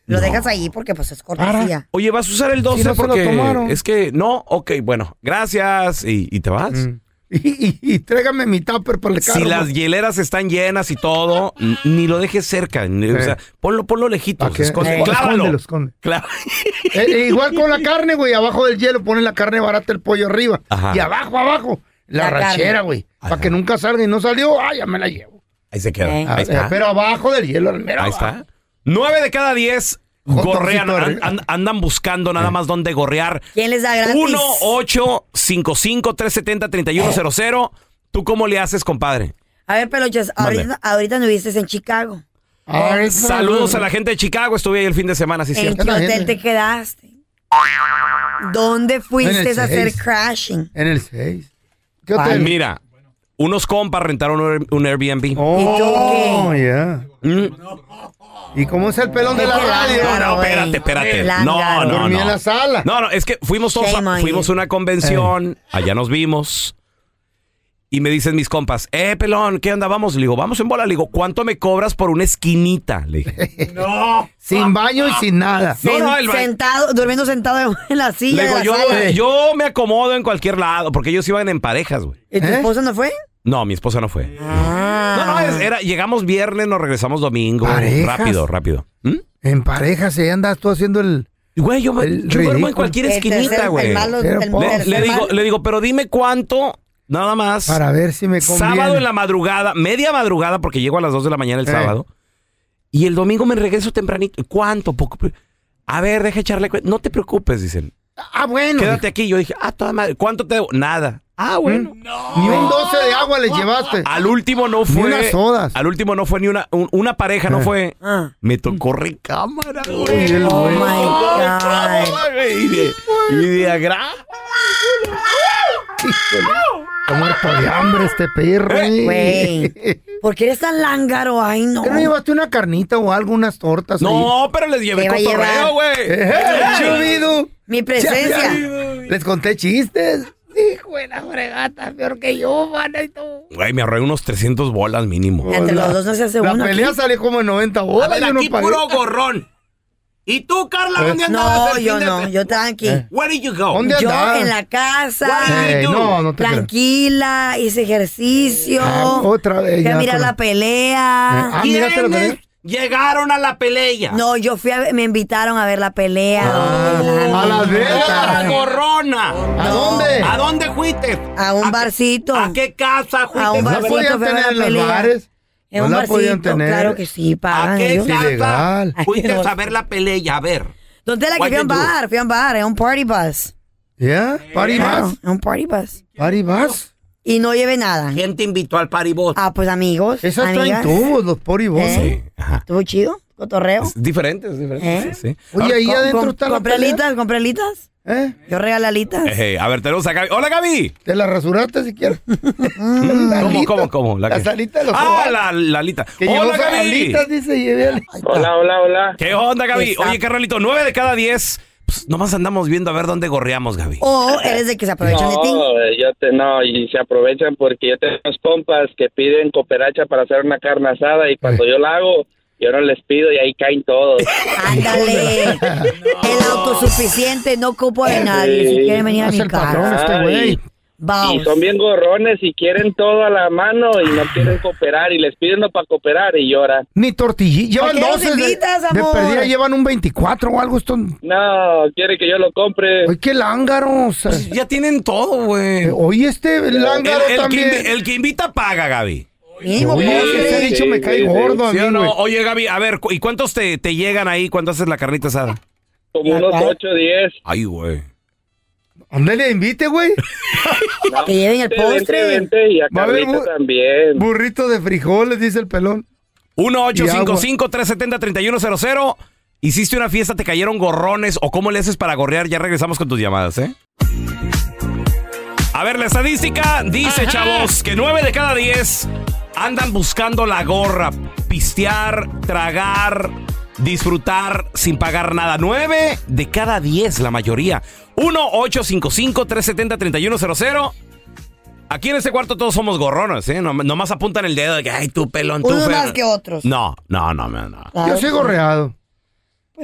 S4: Lo dejas ahí porque pues es cortesía.
S1: Oye, vas a usar el 12
S4: Sí, no se lo
S1: porque
S4: tomaron.
S1: es que no, ok, bueno, gracias y, y te vas.
S3: Y, y- y tráigame mi tupper para Mm. el carro.
S1: Si las
S3: güey.
S1: hieleras están llenas y todo, n- ni lo dejes cerca, ni- o
S3: Sí.
S1: sea, ponlo, ponlo lejitos,
S3: ¿Para qué?
S1: esconde-
S3: Eh.
S1: clávalo.
S3: Escóndelo, escóndelo.
S1: Claro.
S3: Eh, eh, igual con la carne, güey. Abajo del hielo ponen la carne barata, el pollo arriba.
S1: Ajá.
S3: Y abajo, abajo, la,
S4: La carne.
S3: ranchera, güey. Para que nunca salga y no salió, ah, ya me la llevo.
S1: Ahí se queda.
S3: Ah,
S1: Ahí
S3: eh,
S1: está.
S3: Pero abajo del hielo, mero
S1: Ahí
S3: abajo.
S1: está. Nueve de cada diez
S3: Jotoncito eh.
S1: gorrean, an-
S3: arriba.
S1: an- andan buscando nada más dónde gorrear.
S4: ¿Quién les da gratis?
S3: Eh.
S1: 1-855-370-3100. ¿Tú cómo le haces, compadre?
S4: A ver, Pelochas, ahorita,
S1: Mande.
S4: ahorita anduviste en Chicago.
S3: Ah,
S1: Saludos a la gente de Chicago. Estuve ahí el fin de semana, sí, es
S4: ¿En
S1: cierto.
S4: qué hotel te quedaste? ¿Dónde
S3: En el
S4: fuiste a hacer
S3: seis.
S4: crashing?
S3: En el 6. ¿Qué
S1: Ah,
S3: hotel?
S1: mira, unos compas rentaron un Air- un Airbnb.
S3: Oh, ya.
S1: Mm.
S3: ¿Y cómo es el pelón de la radio?
S1: No, no, espérate, espérate. No, no,
S3: Dormí en
S1: no.
S3: la sala. Eh.
S1: No, no, es que fuimos todos,
S4: Shame
S1: a,
S4: on
S1: fuimos a una convención, allá nos vimos. Y me dicen mis compas, eh, pelón, ¿qué onda? Vamos. Le digo, vamos en bola. Le digo, ¿cuánto me cobras por una esquinita? Le dije.
S3: Sin baño y sin nada.
S1: No, no,
S4: Sen-
S1: el ba-
S4: sentado, durmiendo sentado en la
S1: Le
S4: silla
S1: digo,
S4: de la
S1: yo, eh,
S4: sala.
S1: yo me acomodo en cualquier lado, porque ellos iban en parejas, güey.
S4: ¿Y tu
S3: ¿Eh?
S4: esposa no fue?
S1: No, mi esposa no fue.
S4: Ah.
S1: No, no, es- era, llegamos viernes, nos regresamos domingo.
S3: ¿Parejas?
S1: Rápido, rápido. ¿Mm?
S3: En pareja se andas tú haciendo el.
S1: Güey, yo, me-
S3: El
S1: yo duermo
S3: ridículo.
S1: en cualquier
S4: El tercer-
S1: esquinita,
S4: el
S1: güey.
S4: malo-
S3: Pero
S4: el
S3: po-
S1: Le,
S4: tercer
S1: le digo,
S4: malo.
S1: le digo, pero dime cuánto, nada más.
S3: Para ver si me conviene.
S1: sábado en la madrugada, media madrugada, porque llego a las 2 de la mañana el
S3: Eh.
S1: sábado. Y el domingo me regreso tempranito. ¿Cuánto? Poco. A ver, deja echarle cuenta. No te preocupes, dicen.
S3: Ah, bueno. Mm.
S1: Quédate aquí. Yo dije, ah, toda madre. ¿Cuánto te debo? Nada. Ah, bueno.
S3: Ni un 12 de agua le llevaste.
S1: Al último no fue.
S3: unas sodas.
S1: Al último no fue ni una, un- una pareja, no
S3: Eh.
S1: fue.
S4: Ah.
S1: Me tocó recámara,
S3: Y
S1: güey.
S3: el
S4: Oh
S3: güey.
S4: my God.
S1: Y de, y de agra-
S3: Está muerto de hambre este perro.
S4: Güey. ¿Por qué eres tan lángaro? Ay, no.
S3: ¿Qué no llevaste una carnita o algo, unas tortas? ahí?
S1: No, pero les llevé
S4: Te va a
S1: cotorreo,
S4: llevar.
S1: güey.
S3: ¡Eh, eh, chubido!
S4: Mi presencia.
S3: Les conté chistes. Hijo
S11: hijo de la fregata, peor que yo, mana, y todo.
S1: Güey, me ahorré unos 300 bolas mínimo.
S3: eh, La pelea sale como en 90 bolas.
S11: A ver,
S3: yo no
S11: aquí
S3: pagué.
S11: puro
S1: gorrón. ¿Y tú, Carla,
S3: ¿Eh?
S4: dónde andabas Pues No, el yo fin de no, se- yo tranqui. Eh.
S1: Where did you go?
S3: ¿Dónde
S4: yo
S3: andabas?
S4: en la casa,
S3: What did you do? no, no te creo.
S4: tranquila, hice ejercicio,
S3: Ah, otra vez
S4: fui a
S3: ya
S4: mirar
S3: con la-
S4: la pelea.
S3: Eh, ah, ¿miraste la ¿Quiénes pelea?
S1: llegaron a la pelea?
S4: No, yo fui a ver- me invitaron a ver la pelea. Ah,
S3: a la
S4: vela.
S1: gorrona!
S3: ¿A dónde?
S1: ¿A dónde fuiste?
S4: A un barcito. ¿A
S1: qué casa
S4: A un
S3: ¿No
S4: barcito
S3: podían
S4: fue a ver
S3: tener en
S4: la
S3: los
S4: pelea.
S3: bares?
S4: En
S3: ¿No
S4: un
S3: la
S4: barcito,
S3: podían tener?
S4: claro que sí, pagan
S3: qué
S4: ellos.
S3: casa Ilegal.
S1: Fuiste
S4: Ay, no.
S1: a ver la pelea, a ver.
S4: ¿Dónde la que
S1: What
S4: fui a un
S1: you do?
S4: bar? Fui a un bar, a un party bus.
S3: ¿Ya? ¿Party
S4: Claro,
S3: bus?
S4: a un party bus.
S3: ¿Party bus?
S4: Y no llevé nada.
S1: ¿Quién te invitó al party bus?
S4: Ah, pues amigos.
S3: Esas traen
S4: amigas.
S3: tubos, los party bus.
S4: ¿Eh? ¿Estuvo chido? ¿Cotorreo?
S1: Diferentes, diferentes. sí,
S4: ¿Eh?
S1: sí.
S3: Oye, ahí
S4: Com-
S3: adentro
S4: com-
S3: está la
S4: ¿Compré
S3: pelea.
S4: alitas? ¿Compré alitas? Yo regalé alitas.
S1: Ey, Ah, eh, a ver, tenemos a Gaby. ¡Hola, Gaby!
S3: ¿Te la rasuraste si quieres?
S1: ¿Cómo, cómo, cómo? La,
S3: La
S1: que-
S3: salita de los
S1: ¡Ah,
S3: ojos.
S1: la, la alita!
S3: Que llevó
S1: ¡Hola,
S3: esas
S1: Gaby!
S3: alitas, dice, llevé al-
S1: Hola, hola, hola. ¿Qué onda, Gaby?
S4: Exacto.
S1: Oye, carnalito, nueve de cada diez. Pues, nomás andamos viendo a ver dónde gorreamos, Gaby.
S4: O eres de que se aprovechan de ti.
S6: No, yo te, no, y se aprovechan porque yo tengo unos compas que piden cooperacha para hacer una carne asada y cuando yo la hago, yo no les pido y ahí caen todos.
S4: Ándale. El autosuficiente no ocupo de nadie. Si quieren venir a mi casa.
S3: este
S6: Ay,
S4: Vamos.
S6: Y son bien gorrones y quieren todo a la mano y no quieren cooperar y les piden no para cooperar y lloran.
S3: Ni tortillita. Llevan
S6: ¿Para qué los
S3: 12.
S6: invitas,
S3: de, de
S6: amor?
S3: perdida llevan un 24 o algo. Esto.
S6: No, quiere que yo lo compre.
S3: Ay, qué lángaros.
S1: Pues ya tienen todo, güey.
S3: Oye, este
S1: El,
S3: lángaro
S1: el
S3: también.
S1: que, invi- el que invita paga, Gaby.
S3: Mínimo, Oye, ¿cómo se sí, ha dicho? sí, Me cae sí, gordo a
S1: ¿Sí
S3: mí,
S1: o no?
S3: güey.
S1: Oye, Gaby, a ver, cu- ¿y cuántos te, te llegan ahí cuando haces la carnita asada?
S6: Como unos 8 o 10.
S1: Ay, güey.
S3: ¿Dónde le invite, güey?
S4: Que lleven el postre.
S6: y a
S3: Va a haber
S6: Carlita
S3: bu-
S6: también.
S3: Burrito de frijoles, dice el pelón.
S1: 1-855-370-3100. Hiciste una fiesta, te cayeron gorrones o cómo le haces para gorrear. Ya regresamos con tus llamadas, ¿eh? A ver, la estadística dice, chavos, que 9 de cada 10 andan buscando la gorra, pistear, tragar, disfrutar sin pagar nada. 9 de cada 10, la mayoría. 1-855-370-3100. Aquí en este cuarto todos somos gorrones, ¿eh? Nom- Nomás apuntan el dedo de que, ay, tú pelón, tú
S4: Unos
S1: pelón.
S4: más que otros.
S1: No, no, no, no. no.
S3: Yo soy gorreado.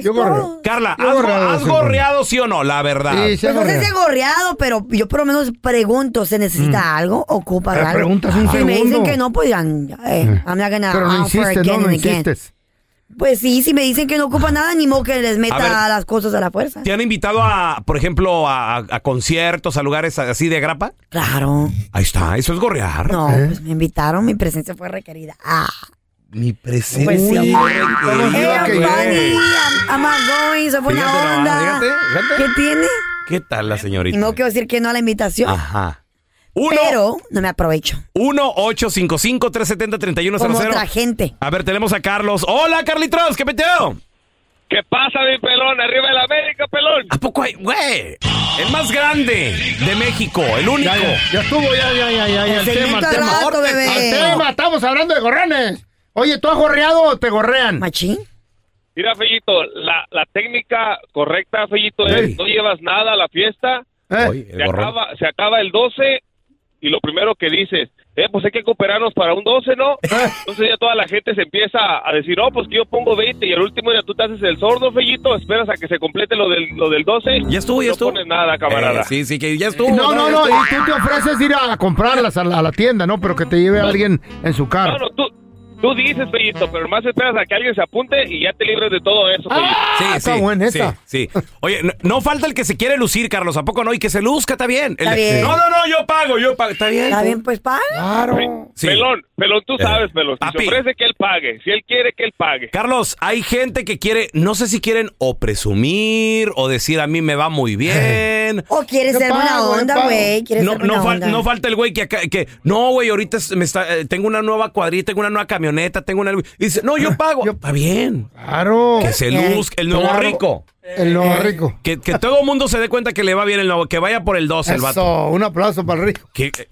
S3: yo gorreo.
S1: Carla,
S3: Yo
S1: ¿has,
S3: gorreado,
S1: has
S3: sí,
S1: gorreado sí o no? La verdad.
S3: Sí, sí,
S4: Pues no sé si he gorreado, pero yo por lo menos pregunto, ¿se necesita
S1: Mm.
S4: algo? ¿Ocupa
S3: Pero
S4: algo?
S3: preguntas un
S4: si me dicen
S3: segundo.
S4: que no, pues ya, eh, I'm not gonna
S3: Pero no
S4: offer
S3: insistes,
S4: again
S3: no, no
S4: and again.
S3: insistes.
S4: Pues sí, si me dicen que no ocupa nada, ni modo que les meta
S1: A ver.
S4: las cosas a la fuerza.
S1: ¿Te han invitado a, por ejemplo, a, a- a conciertos, a lugares así de grapa?
S4: Claro.
S1: Ahí está, eso es gorrear.
S4: No, pues me invitaron, mi presencia fue requerida. Ah,
S1: Mi presencia.
S4: Pues sí.
S1: Uy,
S4: Ay,
S1: güey.
S4: hey, buddy, I'm- I'm outgoing, se fue
S1: Fíjate
S4: una
S1: nomás,
S4: onda.
S1: fíjate, fíjate.
S4: ¿Qué tiene?
S1: ¿Qué tal la
S4: Y
S1: señorita?
S4: no quiero decir que no a la invitación,
S1: Ajá. Ah. Uno,
S4: pero no me aprovecho.
S1: 1-855-370-3100.
S4: Como otra gente.
S1: A ver, tenemos a Carlos. Hola, Carlitos, ¿qué peteo?
S12: ¿Qué pasa, mi pelón? Arriba el América, pelón.
S1: ¿A poco hay, güey? El más grande de México, el único.
S3: Ya, ya, ya estuvo, ya, ya, ya, ya, ya. El tema, el
S4: segmento al
S3: tema.
S4: rato,
S3: Orden,
S4: bebé.
S3: al tema, estamos hablando de gorrones. Oye, ¿tú has gorreado o te gorrean?
S4: Machín.
S12: Mira, Fellito, la, la técnica correcta, Fellito, es no llevas nada a la fiesta, se, acaba, se acaba el 12 y lo primero que dices, eh, pues hay que cooperarnos para un 12, ¿no? Entonces ya toda la gente se empieza a decir, oh, pues que yo pongo 20 y al último ya tú te haces el sordo, Fellito, esperas a que se complete lo del, lo del 12.
S1: Ya estuvo, ya
S12: no
S1: estuvo.
S12: pones nada, camarada.
S1: Eh, sí, sí, que ya estuvo.
S3: No, no, no,
S1: ya
S3: y tú te ofreces ir a comprarlas a la, a la tienda, ¿no? Pero que te lleve alguien en su
S12: No,
S3: carro.
S12: no, tú, tú dices,
S3: Ah.
S12: Fellito, pero más esperas a que alguien se apunte y ya te libres de todo eso,
S3: Ah,
S1: Sí,
S12: Fellito.
S1: sí, sí, Sí, Oye, no, no falta el que se quiere lucir, Carlos, ¿a poco no? Y que se luzca, está bien. El
S4: Está
S1: de-
S4: bien.
S1: No, no, no, yo pago, yo pago. Está bien.
S4: Está bien, pues paga.
S12: Pelón, pelón, tú sabes, pelón. Si
S1: papi.
S12: se ofrece que él pague, si él quiere que él pague.
S1: Carlos, hay gente que quiere, no sé si quieren o presumir o decir a mí me va muy bien.
S4: O Oh, quieres
S11: Yo
S4: ser buena
S11: pago, yo
S4: onda,
S11: pago.
S4: güey. Quieres
S1: No,
S4: ser
S1: no
S4: buena
S1: fal-
S4: onda.
S1: no falta el güey que, acá- que no, güey, ahorita es- me está, eh, tengo una nueva cuadrilla, tengo una nueva camioneta, tengo una... y dice, no, yo pago. Está bien.
S3: Claro.
S1: Que se
S3: Eh,
S1: luzca, el nuevo
S3: claro.
S1: rico. Eh,
S3: El nuevo rico.
S1: Que, que todo el mundo se dé cuenta que le va bien el nuevo, que vaya por el 2 el vato.
S3: Eso, un aplauso para el rico.
S1: Que- que-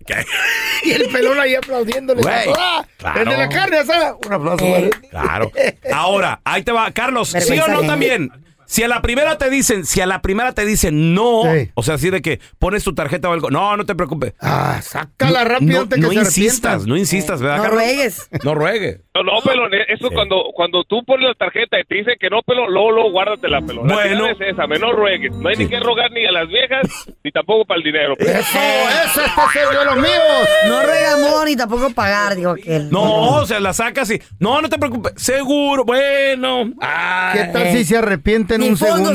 S3: Y el pelón ahí aplaudiéndole.
S1: Güey,
S3: ¡Ah!
S1: claro.
S3: Desde la carne asada. Un aplauso para el
S13: Eh,
S1: Claro. Ahora, ahí te va, Carlos, ¿sí o
S3: Vergüenza
S1: no
S3: ajena.
S1: también? Si a la primera te dicen, si a la primera te dicen no, o sea, así de que pones tu tarjeta o algo, no, no te preocupes.
S3: Ah, sácala rápido
S1: no,
S3: antes que
S1: no
S3: se
S1: insistas,
S3: arrepientan.
S1: no insistas, ¿verdad?
S3: No
S1: Carlos?
S3: ruegues.
S1: No ruegues.
S12: No, no, pelón, eh, eso cuando, cuando tú pones la tarjeta y te dicen que no, pelón, luego, luego guárdatela, pelón. La
S1: Bueno.
S12: final es esa, me no ruegues. No hay ni que rogar ni a las viejas, ni tampoco para el dinero. pelón.
S3: ¡Eso está de los míos!
S4: No regamón ni tampoco pagar, digo que.
S1: No, o sea, la sacas y. No, no te preocupes. Seguro, bueno. Ay.
S3: ¿Qué tal si se arrepiente en un segundo?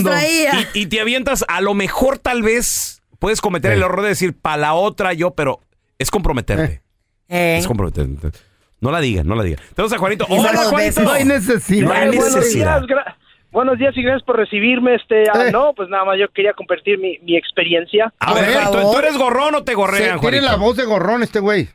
S1: Y, y te avientas, a lo mejor tal vez puedes cometer el error de decir para la otra yo, pero es comprometerte.
S4: Eh.
S1: Es comprometerte. No la digan, no la digan. Tenemos a Juanito. Hola, Juanito.
S3: No hay necesidad.
S1: No hay necesidad.
S13: Buenos días, gra- buenos días y gracias por recibirme. Este, ah, no, pues nada más yo quería compartir mi, mi experiencia.
S1: A ver, ¿tú, tú eres gorrón o te gorrean,
S3: Sí, tiene
S1: Juanito?
S3: la voz de gorrón este güey.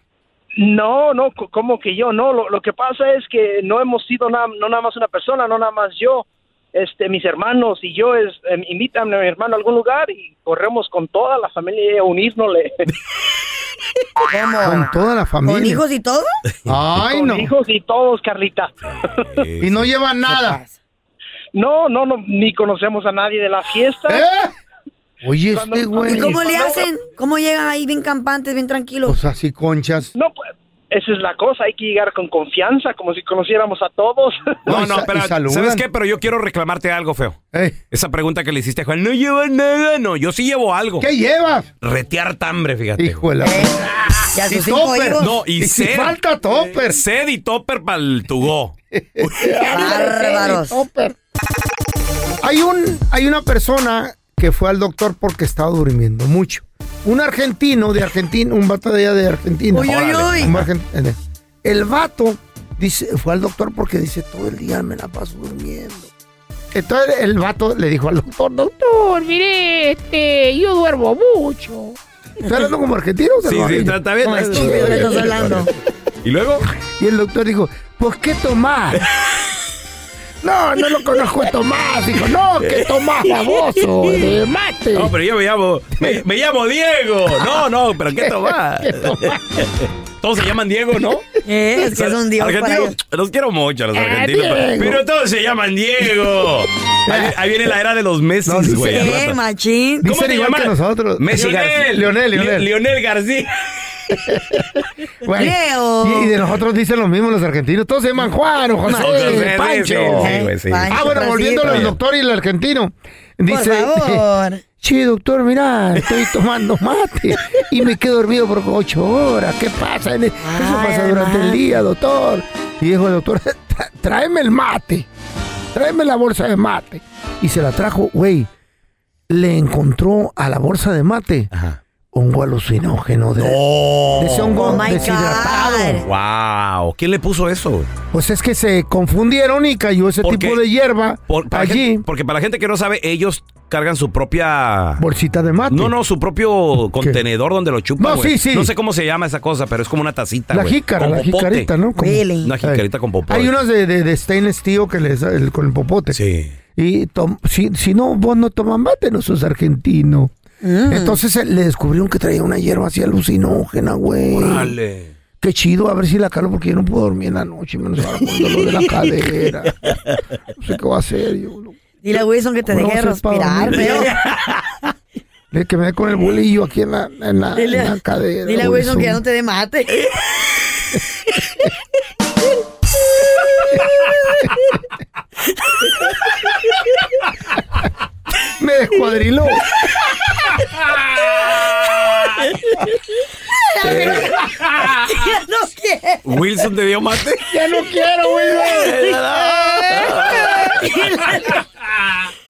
S13: No, no, co- como que yo no. Lo, lo que pasa es que no hemos sido nada, no nada más una persona, no nada más yo. Este, mis hermanos y yo es, em, invitan a mi hermano a algún lugar y corremos con toda la familia a unirnos.
S3: Con toda la familia.
S13: Ah, y todo?
S3: Ay,
S13: con
S3: no.
S13: hijos y todos, Carlita.
S3: Y no llevan nada.
S13: No, no, no, ni conocemos a nadie de la fiesta.
S3: ¿Eh? Oye,
S13: Cuando-
S3: este güey.
S4: ¿Y cómo le hacen? ¿Cómo llegan ahí bien campantes, bien tranquilos?
S3: O sea, así conchas.
S13: No, pues, esa es la cosa, hay que llegar con confianza, como si conociéramos a todos.
S1: No, no, pero ¿sabes qué? Pero yo quiero reclamarte algo feo. Esa pregunta que le hiciste a Juan, no lleva nada, no, yo sí llevo algo.
S3: ¿Qué llevas?
S1: Retear tambre, fíjate.
S3: Hijuela.
S4: Ya
S3: Y topper.
S1: No, y,
S3: si
S1: sed. Eh,
S3: falta topper.
S1: Sed y topper para el tubo.
S4: Bárbaros.
S3: Hay, un, hay una persona que fue al doctor porque estaba durmiendo mucho. Un argentino de Argentina, un vato de allá de Argentina.
S4: Uy, uy, Órale. uy.
S3: Un argen- eh, El vato dice, fue al doctor porque dice, todo el día me la paso durmiendo. Entonces el vato le dijo al doctor,
S11: Doctor, mire, este, yo duermo mucho.
S3: ¿Estás hablando como argentino? o
S1: Sí, sí,
S3: salvadoreño?
S1: está- está bien. Como estúpido que estás hablando. ¿Y luego?
S3: Y el doctor dijo, pues ¿qué tomás? no, no lo conozco a Tomás. Dijo, no, ¿qué tomás, baboso? De mate.
S1: Eh. No, pero yo me llamo. Me, me llamo Diego. No, no, pero ¿qué tomás? Todos se llaman Diego, ¿no?
S4: Eh, Es que son Diego para
S1: Argentinos, los quiero mucho a los argentinos.
S4: Diego.
S1: pero todos se llaman Diego. Ahí, ahí viene la era de los Messi,
S4: Sí,
S1: güey. al rato.
S4: Eh, machín.
S1: ¿Cómo te llaman? Messi García.
S3: Leonel, Leonel.
S1: Li- Leonel García.
S3: Güey,
S4: Leo.
S3: Y, y de nosotros dicen lo mismo los argentinos. Todos se llaman Juan o Juan
S1: Sí, sí,
S3: eh,
S1: sí,
S3: Pancho.
S1: sí, güey, sí.
S3: ah,
S1: Pancho,
S3: bueno,
S1: Francisco.
S3: volviendo al
S1: Bien.
S3: doctor y el argentino. Dice,
S4: favor.
S3: Sí, doctor, mira, estoy tomando mate y me quedo dormido por ocho horas. ¿Qué pasa? en el- Eso pasa durante el día, doctor. Y dijo el doctor, "Tra- tráeme el mate. Tráeme la bolsa de mate. Y se la trajo, güey. Le encontró a la bolsa de mate hongo alucinógeno de, de ese hongo
S4: Oh my
S3: deshidratado.
S1: Wow, ¿quién le puso eso?
S3: Pues es que se confundieron y cayó ese
S1: ¿Por
S3: tipo
S1: qué?
S3: de hierba
S1: Por- para
S3: allí.
S1: gente- porque para la gente que no sabe, ellos cargan su propia.
S3: Bolsita de mate.
S1: No, no, su propio contenedor donde lo chupan.
S3: No,
S1: güey.
S3: sí, sí.
S1: No sé cómo se llama esa cosa, pero es como una tacita.
S3: La
S1: güey,
S3: jícara,
S1: con
S3: la
S1: popote.
S3: jicarita, ¿no? Como- Really?
S1: Una jicarita con popote.
S3: Hay unas de, de, de stainless steel que les da el- con el popote.
S1: Sí.
S3: Y tom- si, si no, vos no tomas mate, no sos argentino.
S4: Mm.
S3: Entonces eh, le descubrieron que traía una hierba así alucinógena, güey.
S1: Órale.
S3: Qué chido, a ver si la calo porque yo no puedo dormir en la noche, menos ahora con el dolor de la cadera. No sé qué va a hacer yo.
S4: Dile a Wilson que te
S3: ¿Cómo
S4: deje
S3: haces para
S4: respirar,
S3: dormir?
S4: feo.
S3: Le- que me dé con el bolillo aquí en la, en la,
S4: Dile,
S3: en la cadera.
S4: dile a Wilson que ya no
S3: Wilson.
S4: te dé mate.
S3: Me descuadriló.
S4: ya no quiero.
S1: Wilson te dio mate.
S3: Ya no quiero,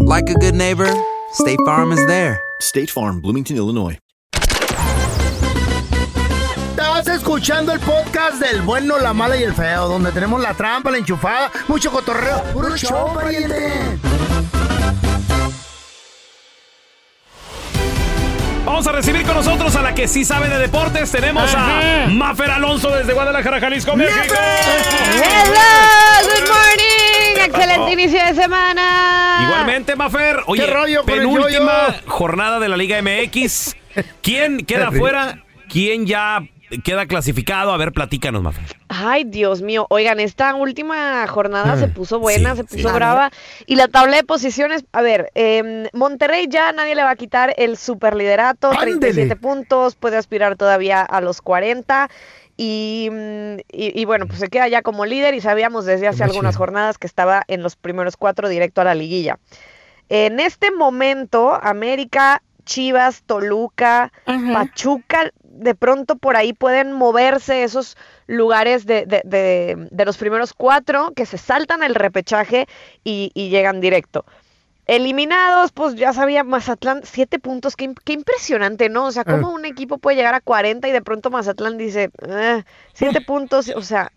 S8: like a good neighbor, State Farm is there. State Farm, Bloomington, Illinois.
S3: Estás escuchando el podcast del bueno, la mala y el feo, donde tenemos la trampa, la enchufada, mucho cotorreo. ¡Puro show, pariente!
S1: Vamos a recibir con nosotros a la que sí sabe de deportes. Tenemos a Mafer Alonso desde Guadalajara, Jalisco, México.
S14: Hello, good morning. Excelente inicio de semana.
S1: Igualmente, Mafer. Oye,
S14: ¿Qué rollo con el
S1: penúltima jornada de la Liga MX. ¿Quién queda afuera? ¿Quién ya queda clasificado? A ver, platícanos, Mafer.
S14: Ay, Dios mío. Oigan, esta última jornada
S1: Ah,
S14: se puso buena,
S1: sí,
S14: se
S1: sí.
S14: puso
S1: Ah,
S14: brava. Y la tabla de posiciones, a ver, eh, Monterrey ya nadie le va a quitar el superliderato, 37 puntos, puede aspirar todavía a los 40. Y, mm, y- y bueno, pues se queda ya como líder y sabíamos desde hace algunas jornadas que estaba en los primeros cuatro directo a la liguilla. En este momento, América, Chivas, Toluca, Pachuca, de pronto por ahí pueden moverse esos lugares de, de- de- de los primeros cuatro que se saltan el repechaje y, y llegan directo. Eliminados, pues ya sabía, Mazatlán, siete puntos, qué, im- qué impresionante, ¿no? O sea, cómo
S15: Eh.
S14: un equipo puede llegar a 40 y de pronto Mazatlán dice, "Eh, siete puntos, o sea,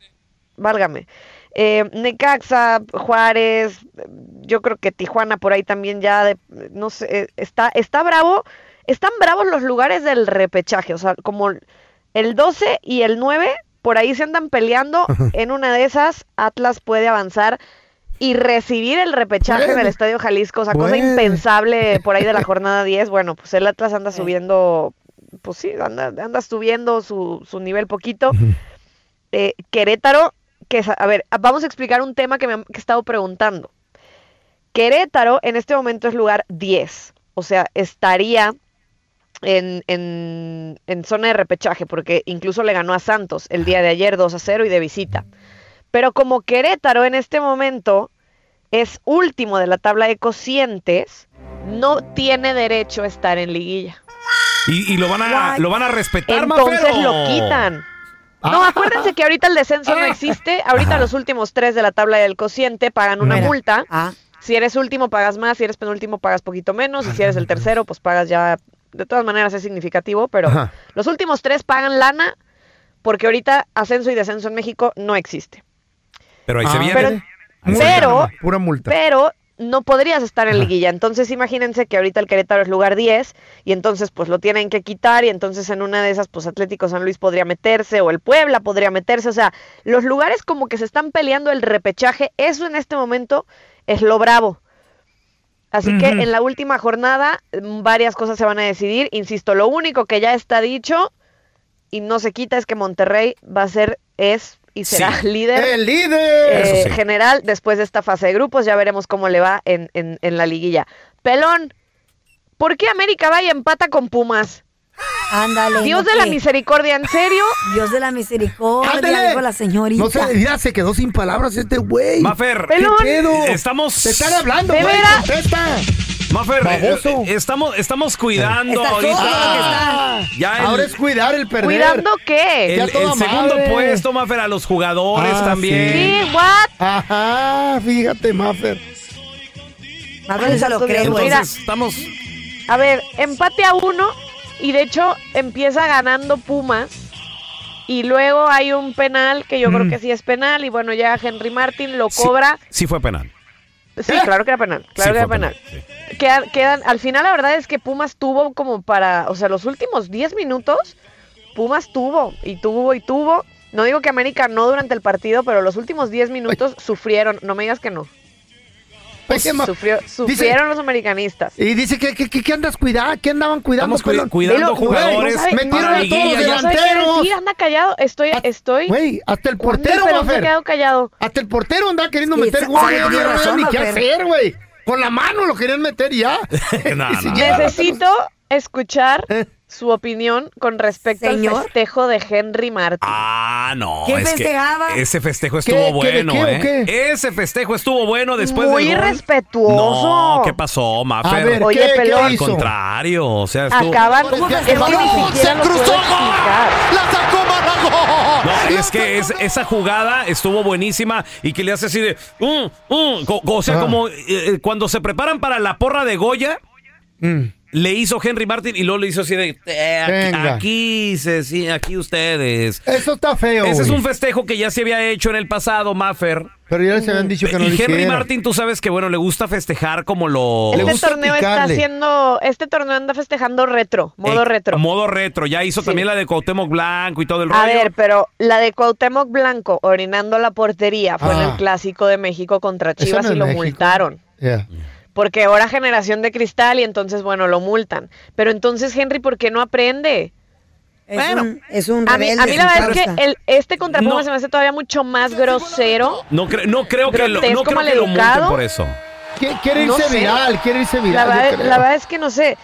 S14: válgame. Eh, Necaxa, Juárez, eh, yo creo que Tijuana por ahí también ya, de- no sé, eh, está, está bravo, están bravos los lugares del repechaje, o sea, como el 12 y el 9, por ahí se andan peleando, en una de esas Atlas puede avanzar y recibir el repechaje en el
S15: Puede.
S14: Estadio Jalisco, o sea, cosa
S15: Puede.
S14: impensable por ahí de la jornada 10, bueno, pues el Atlas anda subiendo, pues sí, anda, anda subiendo su, su nivel poquito eh, Querétaro, que es, a ver, vamos a explicar un tema que me han que he estado preguntando. Querétaro en este momento es lugar 10, o sea, estaría en, en- en zona de repechaje, porque incluso le ganó a Santos el día de ayer 2 a 0 y de visita. Pero como Querétaro en este momento es último de la tabla de cocientes, no tiene derecho a estar en liguilla.
S1: Y, y lo van a, lo van a respetar,
S14: Entonces
S1: Mafer,
S14: lo
S1: o-
S14: quitan.
S1: Ah.
S14: No, acuérdense que ahorita el descenso no existe. Ahorita los últimos tres de la tabla del cociente pagan una multa. Si eres último, pagas más. Si eres penúltimo, pagas poquito menos. Y si eres el tercero, pues pagas ya. De todas maneras es significativo, pero
S15: Ajá.
S14: los últimos tres pagan lana porque ahorita ascenso y descenso en México no existe.
S1: Pero ahí
S3: Ah.
S1: se viene.
S14: Pero- Pero,
S3: Pura multa.
S14: pero no podrías estar en liguilla. Entonces imagínense que ahorita el Querétaro es lugar 10 y entonces pues lo tienen que quitar y entonces en una de esas pues Atlético San Luis podría meterse o el Puebla podría meterse. O sea, los lugares como que se están peleando el repechaje. Eso en este momento es lo bravo. Así que
S15: Ujú.
S14: en la última jornada mm, varias cosas se van a decidir. Insisto, lo único que ya está dicho y no se quita es que Monterrey va a ser, es y será
S15: Sí.
S14: líder.
S15: ¡El líder!
S14: eh,
S15: Eso sí.
S14: General, después de esta fase de grupos, ya veremos cómo le va en, en- en la liguilla. Pelón, ¿por qué América va y empata con Pumas?
S4: Ándale.
S14: Dios
S4: no
S14: de la
S4: que-
S14: misericordia, ¿en serio?
S4: Dios de la misericordia,
S3: Ándale.
S4: dijo la señorita.
S3: No sé, mira, se quedó sin palabras este güey.
S1: Mafer,
S3: ¿qué pedo?
S1: estamos.
S3: Te están hablando,
S1: De
S3: güey.
S1: veras.
S3: Contesta.
S1: Mafer, eh, eh, estamos, estamos cuidando
S3: Está
S1: ahorita.
S3: sordo lo que está.
S1: Ya el-
S3: Ahora es cuidar el perder.
S14: ¿Cuidando qué?
S1: El, el segundo puesto, Mafer, a los jugadores
S3: Ah,
S1: también.
S14: Sí, what?
S3: Ajá, fíjate, Mafer.
S14: Ay, santo Dios. Mira,
S1: estamos.
S14: A ver, empate a uno y de hecho empieza ganando Pumas. Y luego hay un penal que yo creo
S1: Mm.
S14: que sí es penal. Y bueno, ya Henry Martin lo cobra.
S1: Sí fue penal.
S14: Sí, claro que era penal. Claro que
S1: Sí
S14: era
S1: fue penal,
S14: penal. Quedan, quedan- al final la verdad es que Pumas tuvo como para, o sea, los últimos 10 minutos, Pumas tuvo y tuvo y tuvo. No digo que América no durante el partido, pero los últimos 10 minutos sufrieron. No me digas que no.
S3: Pema.
S14: Sufrió- sufrieron los americanistas.
S3: Y dice que, que, que- que andas cuidando, que andaban cuidando.
S1: Estamos cui-
S3: pelón?
S1: cuidando
S3: Güey,
S1: jugadores
S3: Metieron
S1: para
S3: a todos los
S1: liguilla, ya.
S14: No sabía qué
S3: delanteros.
S14: decir, anda callado. Estoy, estoy.
S3: Güey, hasta el portero,
S14: Pero
S3: Mafer.
S14: se ha quedado callado.
S3: Hasta el portero anda queriendo meter
S14: Sí,
S3: gol.
S14: sí,
S3: No
S14: tiene
S3: sabía
S14: razón,
S3: ni qué
S14: Mafer.
S3: hacer, güey. Con la mano lo querían meter y ya.
S1: No, no, no.
S14: Necesito escuchar
S1: Eh.
S14: su opinión con respecto al
S4: Señor.
S14: festejo de Henry Martin.
S1: Ah, no.
S14: ¿Qué
S1: es que
S14: festejaba?
S1: ese festejo
S14: ¿Qué,
S1: estuvo
S14: qué, de
S1: bueno,
S14: qué o
S1: ¿eh? Ese festejo estuvo bueno después
S14: Muy
S1: del gol.
S14: irrespetuoso.
S1: No, ¿qué pasó, Mafer?
S14: A ver, Oye, ¿qué- qué pelón.
S1: Al
S14: hizo?
S1: contrario, o sea, estuvo...
S14: Acaban. Es que ni siquiera lo puedo explicar.
S3: Oh,
S1: No, es que es- esa jugada estuvo buenísima y que le hace así de... "Mm, mm", co- o sea,
S3: Ah.
S1: como eh, eh, cuando se preparan para la porra de Goya,
S3: Mm.
S1: le hizo Henry Martin y luego le hizo así de... "Eh, aquí-
S3: Venga.
S1: aquí, se, sí, aquí ustedes.
S3: Eso está feo.
S1: Ese es
S3: güey.
S1: un festejo que ya se había hecho en el pasado, Maffer.
S3: Pero ya les habían dicho que no
S1: y
S3: lo
S1: Henry
S3: hicieran.
S1: Martin, tú sabes que, bueno, le gusta festejar como lo...
S14: Este torneo está haciendo, este torneo anda festejando retro, modo
S1: Eh,
S14: retro.
S1: Modo retro. Ya hizo también la de Cuauhtémoc Blanco y todo el rollo.
S14: A ver, pero la de Cuauhtémoc Blanco orinando la portería
S1: Ah.
S14: fue en el clásico de México contra
S3: Eso
S14: Chivas
S3: no
S14: y
S3: es
S14: lo
S3: México.
S14: multaron.
S3: Yeah.
S14: Porque ahora generación de cristal y entonces, bueno, lo multan. Pero entonces, Henry, ¿por qué no aprende?
S4: Es un- es un
S14: a mí,
S4: rebelde,
S14: a mí la
S4: sin
S14: verdad es
S4: causa.
S14: que el- este contra Pumas
S1: No.
S14: se me hace todavía mucho más grosero.
S1: No, cre- no creo que lo, no
S14: Grotesco,
S1: creo que lo multen
S14: maleducado.
S1: por eso.
S3: Qui- Quiere
S14: No
S3: irse
S14: sé.
S3: viral, quiere irse
S14: La
S3: viral. yo
S14: verdad,
S3: creo.
S14: la verdad es que no sé.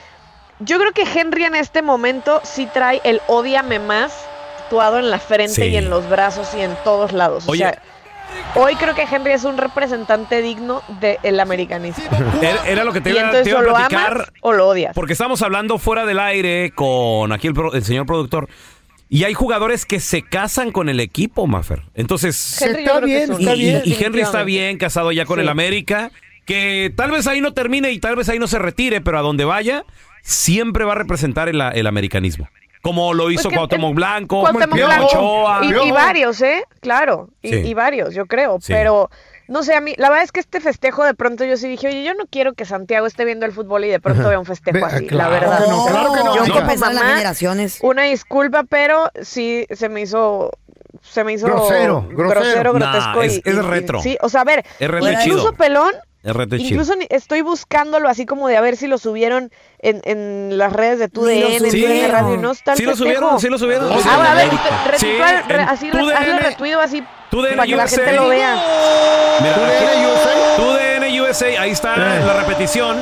S14: Yo creo que Henry en este momento sí trae el odiame más tatuado en la frente
S1: Sí.
S14: y en los brazos y en todos lados.
S1: Oye.
S14: O sea, hoy creo que Henry es un representante digno del americanismo.
S1: Era, era lo que te
S14: y
S1: iba,
S14: entonces
S1: te iba
S14: o
S1: a
S14: lo
S1: platicar.
S14: amas o lo odias.
S1: Porque estamos hablando fuera del aire con aquí el, pro- el señor productor. Y hay jugadores que se casan con el equipo, Maffer. Entonces,
S3: Henry, yo Está creo que bien, es un- está
S1: y,
S3: bien.
S1: y Henry está
S3: Definitivamente.
S1: bien, casado ya con
S3: Sí.
S1: el América. Que tal vez ahí no termine y tal vez ahí no se retire, pero a donde vaya, siempre va a representar el, el americanismo. Como lo hizo
S14: Pues que-
S1: Cuauhtémoc Blanco,
S14: Cuauhtémoc
S1: Memo
S14: Blanco.
S1: Ochoa.
S14: Y- Y, varios, ¿eh? Claro, y,
S1: Sí.
S14: y varios, yo creo.
S1: Sí.
S14: Pero, no sé, a mí, la verdad es que este festejo de pronto yo sí dije, oye, yo no quiero que Santiago esté viendo el fútbol y de pronto vea un festejo
S1: ah,
S14: así, la verdad.
S3: claro que no.
S4: Yo
S3: No.
S4: que pensar en las
S14: Mamá,
S4: generaciones.
S14: Una disculpa, pero sí se me hizo... Se me hizo
S1: Grosero, grosero. Nah,
S14: grotesco. y-
S1: es- es
S14: y- y-
S1: retro.
S14: sí, o sea, a ver,
S1: Es retro
S14: incluso
S1: chido.
S14: Pelón,
S1: Es reto chido.
S14: incluso ni- estoy buscándolo así como de a ver si lo subieron en, en las redes de tu DN, en
S1: Sí.
S14: TUDN Radio, no está el
S1: Sí lo
S14: festejo.
S1: subieron, sí lo subieron.
S14: Ah,
S1: Sí,
S14: va, a ver,
S1: en
S14: usted,
S1: América.
S14: retuitea,
S1: Sí,
S14: re-
S1: en
S14: así, re-
S1: TUDN.
S14: hazle retuido así
S1: TUDN
S14: para que la gente
S1: USA.
S14: lo vea.
S1: Mira, TUDN USA, ahí está la repetición.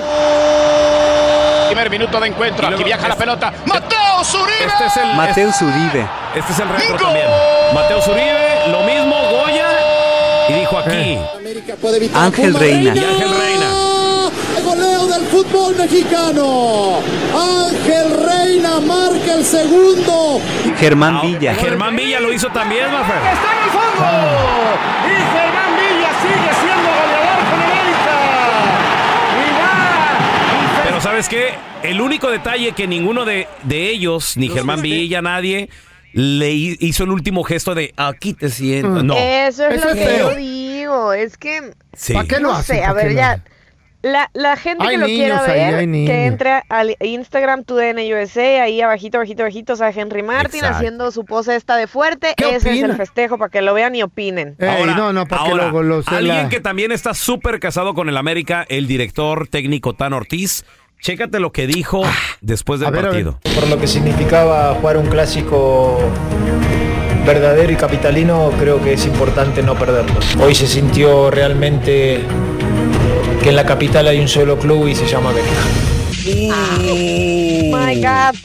S15: Primer minuto de encuentro. Aquí viaja la pelota.
S1: Mateus Uribe. Este es el,
S15: Mateus Uribe.
S1: este es el retro también. Mateus Uribe, lo mismo, Goya. Y dijo aquí.
S8: Ángel Reina.
S1: Y Ángel Reina.
S16: El goleo del fútbol mexicano. Ángel Reina marca el segundo.
S8: Germán Villa.
S1: Germán Villa lo hizo también, Mafer.
S16: Está en el fondo. Y Germán Villa sigue siendo goleador con
S1: Pero ¿sabes qué? El único detalle que ninguno de, de ellos, ni Germán Villa, nadie, le hi- hizo el último gesto de aquí te
S8: Mm.
S1: siento.
S15: Eh,
S1: No.
S14: Eso es
S3: Eso
S14: lo
S3: es
S14: que
S3: feo.
S14: yo digo, es que...
S1: Sí. ¿Para qué lo
S14: no
S1: hacen?
S14: sé, a
S1: ¿Para
S14: ver,
S1: qué lo
S14: ya... La, la gente
S3: Hay
S14: que lo
S3: niños
S14: quiera
S3: ahí,
S14: ver,
S3: hay niños.
S14: que entre al Instagram, tu USA, ahí abajito, abajito, abajito, o sea, Henry Martin
S1: Exacto.
S14: haciendo su pose esta de fuerte. Ese es el
S3: opina?
S14: festejo, para que lo vean y opinen.
S3: Ey, no, no, para que
S1: Ahora,
S3: lo, lo se
S1: alguien
S3: la-
S1: que también está súper casado con el América, el director técnico Tan Ortiz. Chécate lo que dijo después del partido.
S17: Por lo que significaba jugar un clásico verdadero y capitalino, creo que es importante no perderlo. Hoy se sintió realmente que en la capital hay un solo club y se llama América.
S14: Oh My God.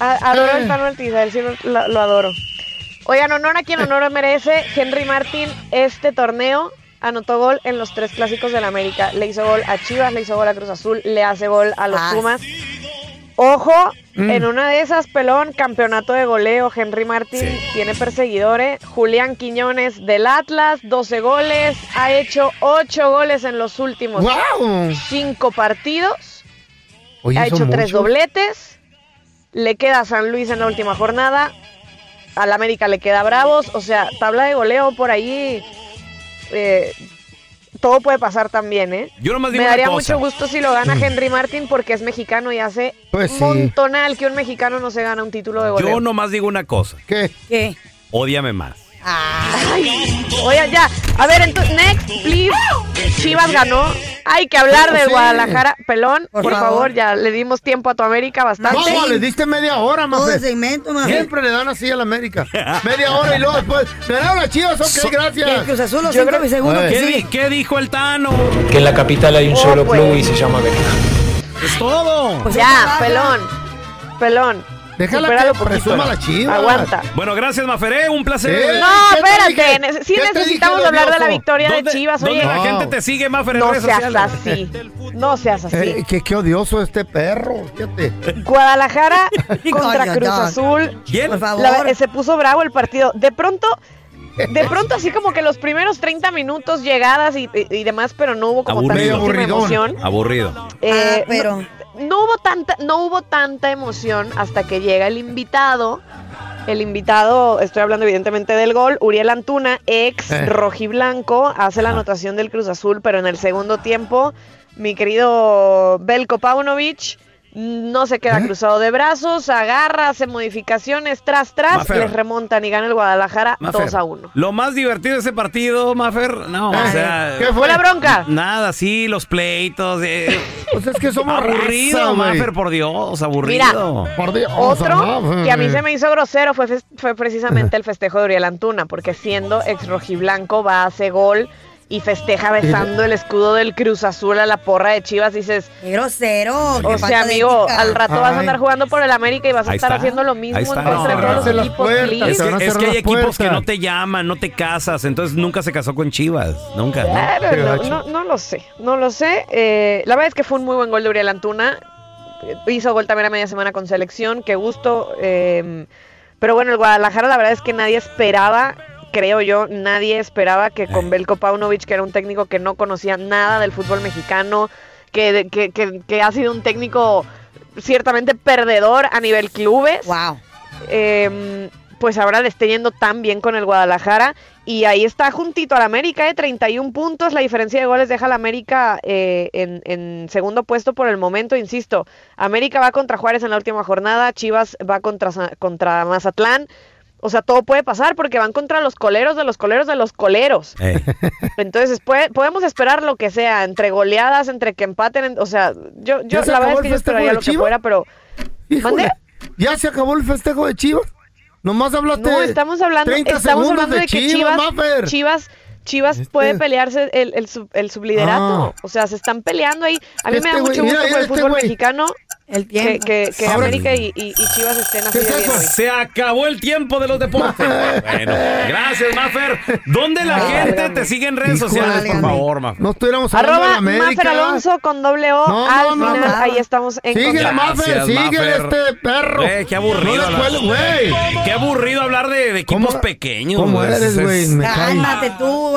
S14: A- adoro
S4: Ah.
S14: al Tano Ortiz, a él sí lo, lo- lo adoro. Oigan, honor a quien honor merece. Henry Martín, este torneo anotó gol en los tres clásicos del América. Le hizo gol a Chivas, le hizo gol a Cruz Azul, le hace gol a los
S4: Ah,
S14: Pumas. Ojo,
S4: Mm.
S14: en una de esas, pelón, campeonato de goleo. Henry Martín tiene perseguidores. Julián Quiñones del Atlas, 12 goles. Ha hecho 8 goles en los últimos
S3: ¡Guau!
S14: 5 partidos
S3: Oye,
S14: ha
S3: son
S14: hecho tres
S3: muchos.
S14: dobletes. Le queda a San Luis en la última jornada. Al América le queda Bravos. O sea, tabla de goleo por ahí. eh, todo puede pasar también, ¿eh?
S1: Yo nomás digo
S14: Me
S1: una
S14: daría
S1: cosa.
S14: mucho gusto si lo gana
S3: Mm.
S14: Henry Martin porque es mexicano y hace
S1: Pues sí.
S14: montonal que un mexicano no se gana un título de goleo.
S1: Yo nomás digo una cosa.
S3: ¿Qué?
S14: ¿Qué?
S1: Ódiame más.
S14: Ay, oigan, ya. A ver, entonces, next, please. Chivas ganó. Hay que hablar del
S3: Sí.
S14: Guadalajara. Pelón,
S3: Por
S14: por,
S3: favor.
S14: favor. ya le dimos tiempo a tu América bastante.
S3: No, le diste media hora, más.
S14: Todo el segmento, Mafe.
S3: Siempre le dan así a la América. Media hora y luego después. Ganaron las chivas, ok,
S1: So-
S3: gracias.
S1: El Cruz Azul, los
S3: Yo
S1: cinco
S3: creo-
S1: segundos
S3: Eh.
S1: que ¿Qué, di- qué dijo el Tano?
S17: que en la capital hay un
S1: Oh,
S17: solo
S1: pues.
S17: club y se llama América.
S1: Es todo.
S14: Pues ya, pelón. Pelón.
S1: Déjala
S14: supéralo
S1: que
S14: poquito.
S1: presuma la Chivas.
S14: Aguanta.
S1: Bueno, gracias, Maferé. Un placer.
S14: No, espérate. nece- Sí necesitamos hablar de la victoria de
S1: ¿Dónde-
S14: Chivas.
S1: dónde
S14: Oye,
S1: la gente te sigue, Maferé? en
S14: no
S1: redes
S14: seas
S1: sociales?
S14: así. No seas
S3: Eh,
S14: así.
S3: qué, qué odioso este perro, fíjate.
S14: Guadalajara
S3: Coño,
S14: contra Cruz
S3: no.
S14: Azul.
S3: ¿Quién? Por favor.
S14: La- eh, se puso bravo el partido. De pronto, de pronto así como que los primeros 30 minutos llegadas y, y- y demás, pero no hubo como
S1: Aburrido.
S14: tantísima emoción.
S1: Aburrido.
S14: Eh,
S4: pero-
S14: no, no hubo tanta, no hubo tanta emoción hasta que llega el invitado. El invitado, estoy hablando evidentemente del gol, Uriel Antuna, ex
S4: Eh.
S14: rojiblanco, hace la anotación del Cruz Azul, pero en el segundo tiempo, mi querido Belko Paunovic no se queda cruzado de brazos, agarra, hace modificaciones, tras, tras,
S1: Mafer.
S14: les remontan y gana el Guadalajara
S1: Mafer,
S14: 2 a 1.
S1: Lo más divertido de ese partido, Mafer, no, o sea...
S14: ¿Qué fue la bronca?
S1: Nada, sí, los pleitos. eh.
S3: Pues es que somos
S1: aburrido,
S3: raza, güey.
S1: Mafer, por Dios,
S14: Mira,
S1: aburrido.
S14: otro que a
S1: eh.
S3: eh.
S14: mí se me hizo grosero fue, fes- fue precisamente el festejo de Uriel Antuna, porque siendo ex rojiblanco va a hacer gol y festeja besando el escudo del Cruz Azul a la porra de Chivas, dices... ¡Qué grosero!
S4: qué
S14: O
S4: falta
S14: sea,
S4: de
S14: amigo,
S4: ética.
S14: al rato vas a
S4: Ay.
S14: andar jugando por el América y vas a
S1: Ahí
S14: estar
S1: está.
S14: haciendo lo
S1: Ahí
S14: mismo
S1: está.
S14: en contra de
S1: No,
S14: todos
S1: no,
S14: los
S1: no.
S14: equipos, please.
S1: Es que, es que hay
S3: las
S1: equipos que
S3: puertas.
S1: no te llaman, no te casas, entonces nunca se casó con Chivas, nunca. ¿no?
S14: Claro, no, no, no lo sé, no lo sé. Eh, la verdad es que fue un muy buen gol de Uriel Antuna. Eh, Hizo gol también a media semana con selección, qué gusto. eh, pero bueno, el Guadalajara la verdad es que nadie esperaba, creo yo, nadie esperaba que con Belko Paunovic, que era un técnico que no conocía nada del fútbol mexicano, que, de- que, que- que ha sido un técnico ciertamente perdedor a nivel clubes. Wow. pues ahora le esté yendo tan bien con el Guadalajara. Y ahí está juntito al América eh, de 31 puntos. La diferencia de goles deja al América eh, en, en segundo puesto por el momento, insisto. América va contra Juárez en la última jornada. Chivas va contra, Sa- contra Mazatlán. O sea, todo puede pasar porque van contra los coleros de los coleros de los coleros. Entonces, puede- podemos esperar lo que sea, entre goleadas, entre que empaten. en- o sea, yo, yo
S3: ¿Ya se
S14: la
S3: acabó
S14: verdad es
S3: el
S14: que yo
S3: festejo
S14: esperaría
S3: de
S14: lo que
S3: Chivas?
S14: fuera, pero.
S3: Híjole,
S14: ¿Mande?
S3: ¿Ya se acabó el festejo de Chivas? Nomás hablaste
S14: No, estamos hablando,
S3: 30
S14: estamos
S3: Este, segundos
S14: hablando de, que Chivas,
S3: Maffer.
S14: Chivas, Chivas, puede pelearse el, el, sub- el subliderato.
S3: Este. Ah.
S14: O sea, se están peleando ahí. A mí
S3: Este
S14: me da
S3: güey,
S14: mucho gusto
S3: mira,
S14: por
S3: mira
S14: el
S3: este
S14: fútbol
S3: güey.
S14: mexicano que, que, que
S1: Ahora-
S14: América y, y- y Chivas estén así de bien hoy.
S1: Se acabó el tiempo de los deportes. bueno, gracias, Mafer. ¿Dónde la gente te sigue en redes sociales, por favor, Mafer?
S3: No estuviéramos hablando de la
S14: Arroba
S3: América.
S14: Mafer Alonso con doble O
S3: No,
S14: al
S3: no, no,
S14: final.
S3: no.
S14: Ahí estamos en
S3: Sigue la
S14: contacto.
S3: Mafer,
S1: Gracias,
S3: sigue
S1: Mafer.
S3: este perro.
S1: Güey, qué aburrido.
S3: No le
S1: hablar-
S3: cuelgue, güey.
S1: Qué aburrido hablar de, de equipos pequeños.
S3: cómo
S1: güey.
S3: eres,
S1: Es-
S3: güey? Me cae.
S4: Cálmate tú,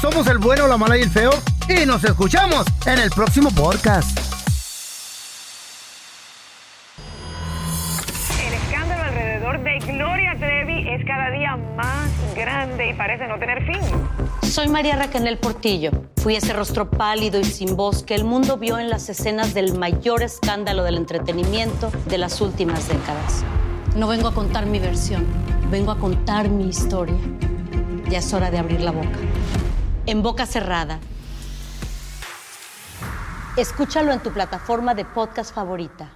S3: Somos el bueno, la mala y el feo. Y nos escuchamos en el próximo podcast.
S18: El escándalo alrededor de Gloria Trevi es cada día más grande y parece no tener fin.
S19: Soy María Raquel Portillo. Fui ese rostro pálido y sin voz que el mundo vio en las escenas del mayor escándalo del entretenimiento de las últimas décadas. No vengo a contar mi versión, vengo a contar mi historia. Ya es hora de abrir la boca. En boca cerrada. Escúchalo en tu plataforma de podcast favorita.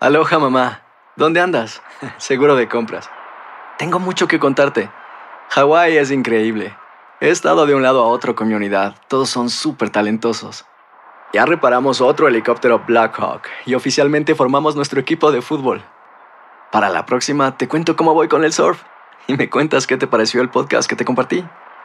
S9: Aloha mamá, ¿dónde andas? Seguro de compras. Tengo mucho que contarte. Hawái es increíble. He estado de un lado a otro con mi unidad. Todos son súper talentosos. Ya reparamos otro helicóptero Blackhawk y oficialmente formamos nuestro equipo de fútbol. Para la próxima te cuento cómo voy con el surf y me cuentas qué te pareció el podcast que te compartí,